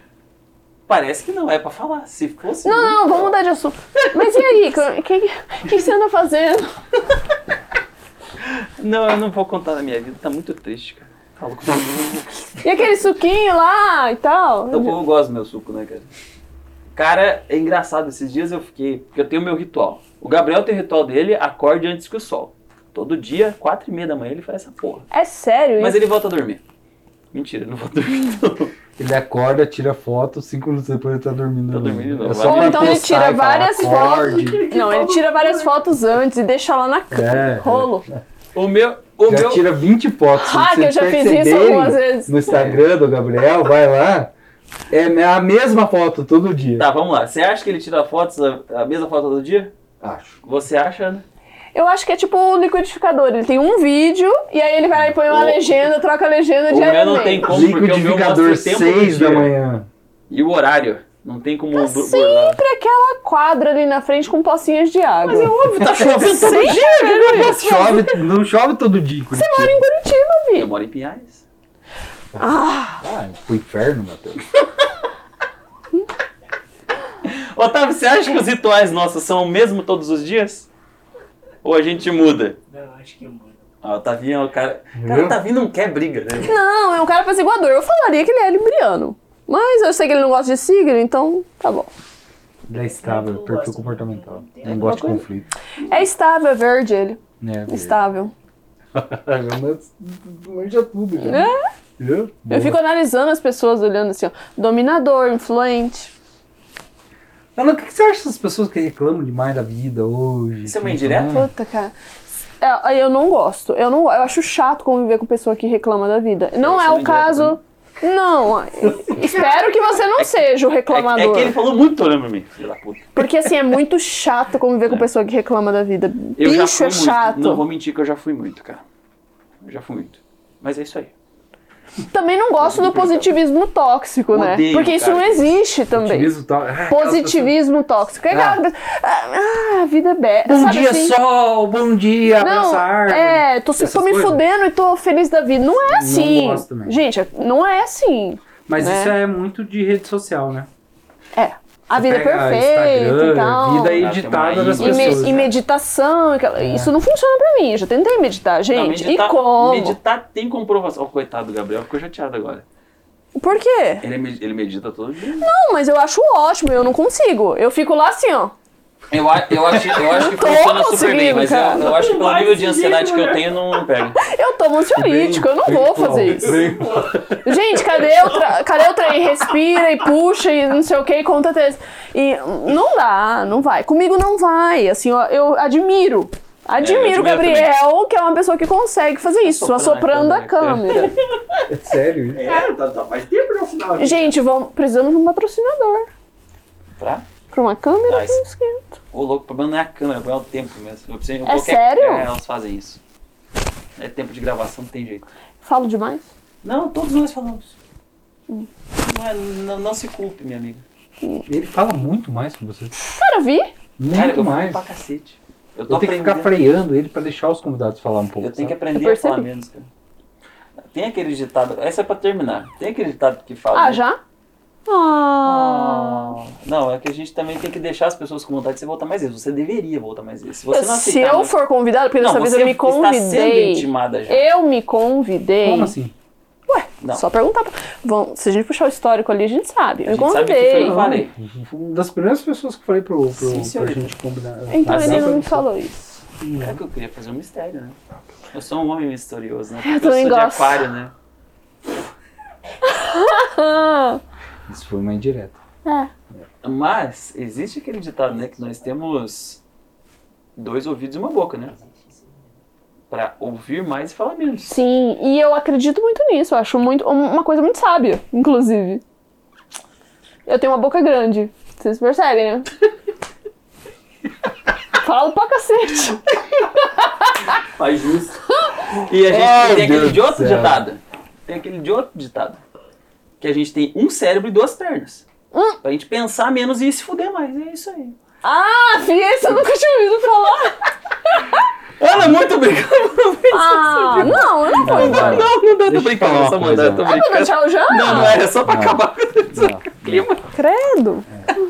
Speaker 2: Parece que não é pra falar. Se fosse... né?
Speaker 4: não, não, vamos mudar de assunto. Mas e aí? O que, que, que você anda fazendo?
Speaker 2: Não, eu não vou contar da minha vida. Tá muito triste, cara. Tá louco.
Speaker 4: E aquele suquinho lá e tal?
Speaker 2: O povo gosta Então, do meu suco, né, cara? Cara, é engraçado. Esses dias eu fiquei. Porque eu tenho meu ritual. O Gabriel tem o ritual dele, acorde antes que o sol. Todo dia, quatro e meia da manhã, ele faz essa porra.
Speaker 4: É sério
Speaker 2: Mas
Speaker 4: isso?
Speaker 2: ele volta a dormir. Mentira, ele não volta a dormir. não.
Speaker 6: Ele acorda, tira foto, cinco minutos depois ele tá dormindo.
Speaker 2: Tá
Speaker 6: de novo.
Speaker 2: dormindo de novo.
Speaker 6: É só
Speaker 4: Ou
Speaker 6: pra
Speaker 4: então ele
Speaker 6: postar
Speaker 4: tira
Speaker 6: e falar,
Speaker 4: várias
Speaker 6: "Acorde".
Speaker 4: Não, ele tira várias fotos antes e deixa lá na cama.
Speaker 6: É.
Speaker 4: rolo.
Speaker 2: O meu. O
Speaker 6: Já
Speaker 2: meu.
Speaker 6: tira 20 fotos. Se
Speaker 4: Ah, que
Speaker 6: vocês
Speaker 4: eu já fiz isso
Speaker 6: perceberem
Speaker 4: algumas vezes.
Speaker 6: No Instagram do Gabriel, vai lá. É a mesma foto todo dia.
Speaker 2: Tá, vamos lá. Você acha que ele tira fotos, a, a mesma foto todo dia?
Speaker 1: Acho.
Speaker 2: Você acha, né?
Speaker 4: Eu acho que é tipo o liquidificador. Ele tem um vídeo e aí ele vai lá e põe uma
Speaker 2: O-
Speaker 4: legenda, troca a legenda
Speaker 2: o meu não
Speaker 4: diariamente.
Speaker 2: tem como, porque o meu mostra
Speaker 6: Liquidificador
Speaker 2: o tempo do
Speaker 6: 6
Speaker 2: dia.
Speaker 6: da manhã.
Speaker 2: E o horário. Não tem como.
Speaker 4: Tá
Speaker 2: bu- burlar.
Speaker 4: sempre aquela quadra ali na frente com pocinhas de água.
Speaker 2: Óbvio, tá chovendo todo
Speaker 4: Sempre
Speaker 2: dia.
Speaker 4: vendo isso.
Speaker 6: Chove, não chove todo dia. em Curitiba.
Speaker 4: Você mora em Curitiba,
Speaker 2: Eu
Speaker 4: Vi.
Speaker 2: moro em Pinhais.
Speaker 1: Ah,
Speaker 6: é
Speaker 1: pro inferno, Matheus.
Speaker 2: Otávio, você acha que os rituais nossos são o mesmo todos os dias? Ou a gente muda?
Speaker 3: Não, acho que eu mando.
Speaker 2: Ah, o Otavinho é o cara. Cara, o
Speaker 6: Viu?
Speaker 2: Otavinho não quer briga, né?
Speaker 4: Não, é um cara apaziguador. Eu falaria que ele é libriano. Mas eu sei que ele não gosta de signo, então tá bom.
Speaker 1: Ele é estável, perfil comportamental. Não gosta de conflito.
Speaker 4: É estável, é verde ele.
Speaker 1: Né,
Speaker 2: É.
Speaker 4: Estável.
Speaker 6: Ah,
Speaker 1: Mas manja tudo, cara. Entendeu?
Speaker 4: É? Eu fico analisando as pessoas olhando assim, ó. Dominador, influente.
Speaker 1: Ana, o que que você acha dessas pessoas que reclamam demais da vida hoje?
Speaker 2: Isso é uma
Speaker 1: Que
Speaker 2: indireta?
Speaker 1: reclamam?
Speaker 4: Puta, cara. É, aí eu não gosto. Eu não, eu acho chato conviver com pessoa que reclama da vida. Não
Speaker 2: Você
Speaker 4: é
Speaker 2: não
Speaker 4: o
Speaker 2: é
Speaker 4: caso. Não, ai, espero que você não seja o reclamador.
Speaker 2: É, é que ele falou muito olhando pra mim, filho da puta.
Speaker 4: Porque assim, é muito chato conviver com pessoa que reclama da vida.
Speaker 2: É. Eu já
Speaker 4: Bicho
Speaker 2: fui
Speaker 4: é
Speaker 2: muito.
Speaker 4: chato.
Speaker 2: Não vou mentir que eu já fui muito, cara. Eu já fui muito. Mas é isso aí.
Speaker 4: Também não gosto do positivismo tóxico, né?
Speaker 2: Odeio,
Speaker 4: Porque isso
Speaker 2: cara. é
Speaker 4: não existe também.
Speaker 6: Positivismo tal. Ah,
Speaker 4: Positivismo tóxico. É aquela- Ah, a vida é bela.
Speaker 6: Bom
Speaker 4: sabe
Speaker 6: Um dia,
Speaker 4: assim?
Speaker 6: sol! Bom dia,
Speaker 4: Não,
Speaker 6: abraça a árvore.
Speaker 4: é, tô, tô me
Speaker 6: coisas.
Speaker 4: fudendo e tô feliz da vida. Não é assim.
Speaker 6: gosto também.
Speaker 4: Gente, é- não é assim.
Speaker 6: Mas
Speaker 4: né?
Speaker 6: isso é muito de rede social, né?
Speaker 4: É. A vida é
Speaker 6: Pega
Speaker 4: perfeita e
Speaker 6: Instagram,
Speaker 4: tal.
Speaker 6: Vida
Speaker 2: uma né?
Speaker 6: editada das
Speaker 2: ilha.
Speaker 4: E, me-
Speaker 6: pessoas.
Speaker 4: e meditação, e aquela- isso não funciona pra mim. Já tentei meditar,
Speaker 2: Não,
Speaker 4: gente.
Speaker 2: meditar,
Speaker 4: e como?
Speaker 2: meditar tem comprovação. Ó, coitado do Gabriel, ficou chateado agora.
Speaker 4: Por quê?
Speaker 2: Ele, med- ele medita todo dia.
Speaker 4: Não, mas eu acho ótimo, eu não consigo. Eu fico lá assim, ó.
Speaker 2: Eu, a- eu acho, eu acho que
Speaker 4: Tô
Speaker 2: funciona super
Speaker 4: conseguindo,
Speaker 2: bem, mas eu,
Speaker 4: cara.
Speaker 2: eu acho que pelo
Speaker 3: Vai
Speaker 2: nível de ansiedade que
Speaker 3: seguindo,
Speaker 2: eu
Speaker 3: né?
Speaker 2: tenho, não pega.
Speaker 4: Eu tomo ansiolítico, eu não vou fazer isso. Gente, cadê o, tra... cadê o trem? Respira e puxa e não sei o que, e conta três. E não dá, não vai. Comigo não vai. Assim, ó, eu admiro.
Speaker 2: É, eu
Speaker 4: Admiro
Speaker 2: admiro
Speaker 4: o Gabriel, que é uma pessoa que consegue fazer isso, só
Speaker 2: Soprando
Speaker 4: soprando
Speaker 2: na
Speaker 4: a câmera.
Speaker 1: É sério
Speaker 2: Ah.
Speaker 1: isso?
Speaker 3: É, tá, tá faz tempo no final.
Speaker 4: Gente, vamos, precisamos de um patrocinador.
Speaker 2: Pra?
Speaker 4: Pra uma câmera,
Speaker 2: Nice.
Speaker 4: pra um esquenta.
Speaker 2: Ô, louco, o problema não é a câmera, é o tempo mesmo. Eu preciso,
Speaker 4: É sério?
Speaker 2: É, elas fazem isso. É tempo de gravação, não tem jeito.
Speaker 4: Falo demais?
Speaker 2: Não, todos nós falamos. Não, é- não- não se culpe, minha amiga.
Speaker 1: Ele fala muito mais que você.
Speaker 4: Cara, vi?
Speaker 1: Muito
Speaker 2: Cara, eu falo
Speaker 1: mais.
Speaker 2: pra cacete. Eu tô
Speaker 1: Eu tenho que ficar
Speaker 2: aprendendo.
Speaker 1: freando ele pra deixar os convidados falar um pouco.
Speaker 2: Eu tenho que
Speaker 1: sabe?
Speaker 2: aprender a
Speaker 4: Eu
Speaker 2: falar
Speaker 4: percebi.
Speaker 2: menos, cara. Tem aquele ditado, essa é pra terminar. Tem aquele ditado que fala.
Speaker 4: Ah,
Speaker 2: né?
Speaker 4: já? Ah.
Speaker 2: Ah, Não, é que a gente também tem que deixar as pessoas com vontade de você voltar mais vezes. Você deveria voltar mais vezes. Se você não
Speaker 4: se
Speaker 2: aceitar,
Speaker 4: eu
Speaker 2: mas-
Speaker 4: for convidada, porque
Speaker 2: não,
Speaker 4: dessa vez
Speaker 2: você
Speaker 4: eu me
Speaker 2: está sendo
Speaker 4: convidei.
Speaker 2: intimada já.
Speaker 4: Eu me convidei.
Speaker 6: Como assim?
Speaker 4: Ué,
Speaker 2: Não.
Speaker 4: só perguntar. pra- Vão, se a gente puxar o histórico ali, a gente sabe. Eu
Speaker 2: A gente sabe que
Speaker 4: convidei.
Speaker 2: foi eu falei.
Speaker 6: Foi Uma das primeiras pessoas que falei pro, pro,
Speaker 2: Sim,
Speaker 6: pra
Speaker 2: senhorita.
Speaker 6: gente combinar. Ah,
Speaker 4: Então
Speaker 2: Mas
Speaker 4: ele
Speaker 2: não
Speaker 4: não me falou isso.
Speaker 2: É que eu queria fazer um mistério, né? Eu sou um homem misterioso, né?
Speaker 4: Eu
Speaker 2: Porque
Speaker 4: também
Speaker 2: sou de
Speaker 4: gosto.
Speaker 2: aquário, né?
Speaker 4: Ah,
Speaker 1: Isso foi uma indireta.
Speaker 4: É.
Speaker 2: Mas existe aquele ditado, né? Que nós temos dois ouvidos e uma boca, né? Pra ouvir mais e falar menos.
Speaker 4: sim, e eu acredito muito nisso. Eu acho muito, um, uma coisa muito sábia, inclusive. Eu tenho uma boca grande. Vocês percebem, né? Falo pra cacete.
Speaker 3: Faz justo.
Speaker 2: E a gente
Speaker 1: Ai,
Speaker 2: tem
Speaker 1: Deus
Speaker 2: aquele de
Speaker 1: do
Speaker 2: outro
Speaker 1: céu.
Speaker 2: ditado. Tem aquele de outro ditado. Que a gente tem um cérebro e duas pernas.
Speaker 4: Hum.
Speaker 2: Pra gente pensar menos e se fuder mais. É isso aí.
Speaker 4: Ah, filha, isso eu nunca tinha ouvido falar.
Speaker 2: Ana, muito obrigado por ver
Speaker 4: Ah, não, eu não vou
Speaker 2: Não, não, não
Speaker 4: embora.
Speaker 2: dá pra
Speaker 1: Deixa eu
Speaker 2: brincar
Speaker 1: falar
Speaker 2: com
Speaker 1: uma
Speaker 2: essa
Speaker 1: coisa.
Speaker 2: mandada. eu Tô
Speaker 4: É pra dar
Speaker 2: brincando.
Speaker 4: tchau já?
Speaker 2: Não, não era só pra
Speaker 1: Não.
Speaker 2: acabar com
Speaker 1: Não.
Speaker 2: esse clima.
Speaker 4: Credo.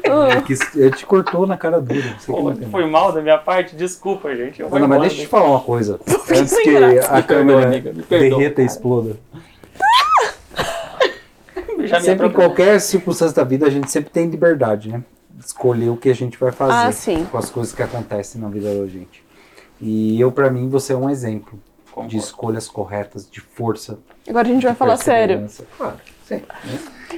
Speaker 6: É
Speaker 1: Ele quis- Ele te cortou na cara dura. Você que não
Speaker 7: Pô,
Speaker 1: entendeu.
Speaker 7: foi mal da minha parte, desculpa, gente. Eu vou
Speaker 6: Ana, mas
Speaker 7: embora,
Speaker 6: deixa eu te falar uma coisa. Antes
Speaker 4: sem
Speaker 6: que
Speaker 4: graça.
Speaker 6: a
Speaker 2: perdoa,
Speaker 6: câmera
Speaker 2: amiga, me perdoa.
Speaker 1: derreta e exploda.
Speaker 7: gente.
Speaker 2: É
Speaker 7: Já me
Speaker 6: Sempre em
Speaker 7: atropelei.
Speaker 6: qualquer circunstância da vida, a gente sempre tem liberdade, né? De Escolher o que a gente vai fazer
Speaker 4: Ah, sim.
Speaker 6: com as coisas que acontecem na vida da gente. E eu, pra mim, você é um exemplo de escolhas corretas, de força.
Speaker 4: Ah, Agora a gente vai
Speaker 6: de
Speaker 4: falar sério.
Speaker 6: perseverança. Claro, sim.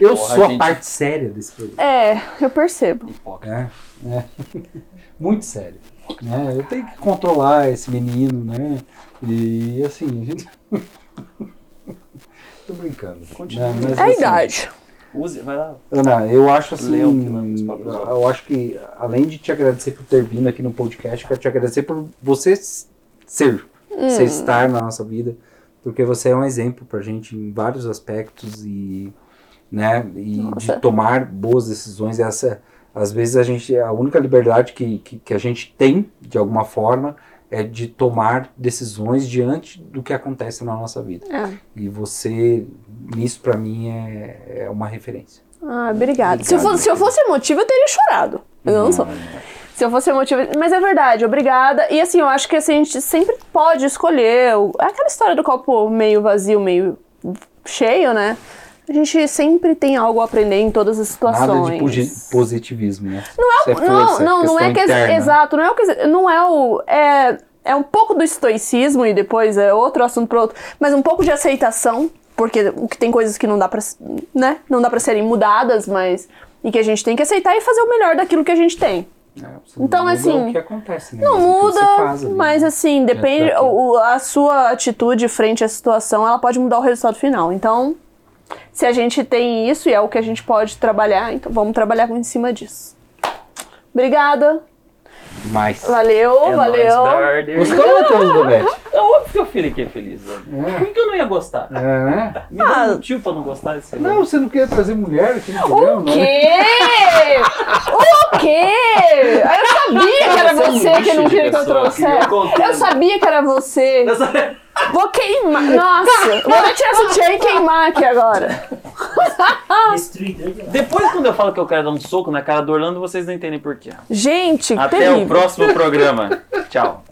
Speaker 6: Eu
Speaker 2: Porra,
Speaker 6: sou a
Speaker 2: gente.
Speaker 6: parte séria desse programa.
Speaker 4: É, eu percebo.
Speaker 6: né? É. Muito sério. né? Eu tenho que controlar esse menino, né? E assim, a gente. Tô brincando.
Speaker 2: Continua.
Speaker 6: Né? Mas,
Speaker 4: É a
Speaker 6: assim,
Speaker 4: idade.
Speaker 2: Use, vai lá.
Speaker 6: Ana, eu acho assim.
Speaker 2: Leão Tá. que manda os papos.
Speaker 6: eu acho que, além de te agradecer por ter vindo aqui no podcast, eu quero te agradecer por você s- ser,
Speaker 4: Hum.
Speaker 6: você estar na nossa vida, porque você é um exemplo pra gente em vários aspectos e, né, e
Speaker 4: Nossa.
Speaker 6: de tomar boas decisões. Essa, às vezes a gente, a única liberdade que, que, que a gente tem, de alguma forma, é de tomar decisões diante do que acontece na nossa vida.
Speaker 4: É.
Speaker 6: E você, nisso pra mim, é, é uma referência.
Speaker 4: Ah, obrigada. Se eu fosse, se eu fosse emotiva, eu teria chorado. Eu não sou. Se eu fosse emotiva. Mas é verdade, obrigada. E assim, eu acho que assim, a gente sempre pode escolher. o- é Aquela história do copo meio vazio, meio cheio, né? A gente sempre tem algo a aprender em todas as situações.
Speaker 6: Nada de posi- positivismo, né? Não é,
Speaker 4: Não, não, não é que exato, não é o que não é o é, é um pouco do estoicismo e depois é outro assunto para outro, mas um pouco de aceitação, porque o que tem coisas que não dá para, né? Não dá para serem mudadas, mas e que a gente tem que aceitar e fazer o melhor daquilo que a gente tem. Então, assim,
Speaker 6: É, o que acontece, né?
Speaker 2: é
Speaker 4: Não
Speaker 6: Mas o que você
Speaker 4: muda,
Speaker 6: faz ali,
Speaker 4: mas
Speaker 6: né?
Speaker 4: assim, depende
Speaker 6: daquilo.
Speaker 4: o- o- a sua atitude frente à situação, ela pode mudar o resultado final. Então, se a gente tem isso e é o que a gente pode trabalhar, então vamos trabalhar em cima disso. Obrigada.
Speaker 6: Mas.
Speaker 4: Valeu,
Speaker 2: É
Speaker 4: valeu.
Speaker 2: nóis, brother.
Speaker 6: Gostou, Matheus Dobete?
Speaker 2: É óbvio que eu filho aqui é feliz. velho. Por que eu não ia gostar?
Speaker 6: É, né?
Speaker 2: Me dá um motivo pra não gostar desse
Speaker 6: Não, você não queria trazer mulher aqui no programa,
Speaker 4: O
Speaker 6: não?
Speaker 4: quê? O quê? Eu sabia que era
Speaker 2: Você é um
Speaker 4: você que
Speaker 2: lixo
Speaker 4: não
Speaker 2: de
Speaker 4: queria que eu
Speaker 2: pessoa,
Speaker 4: trouxesse.
Speaker 2: eu contando.
Speaker 4: Eu sabia que era você.
Speaker 2: Essa-
Speaker 4: Vou queimar. Nossa, vou tirar essa tia e queimar aqui agora.
Speaker 3: Destruidor de
Speaker 2: Depois, quando eu falo que eu quero dar um soco na cara do Orlando, vocês não entendem por quê.
Speaker 4: Gente, que
Speaker 2: Até
Speaker 4: terrível.
Speaker 2: o próximo programa. Tchau.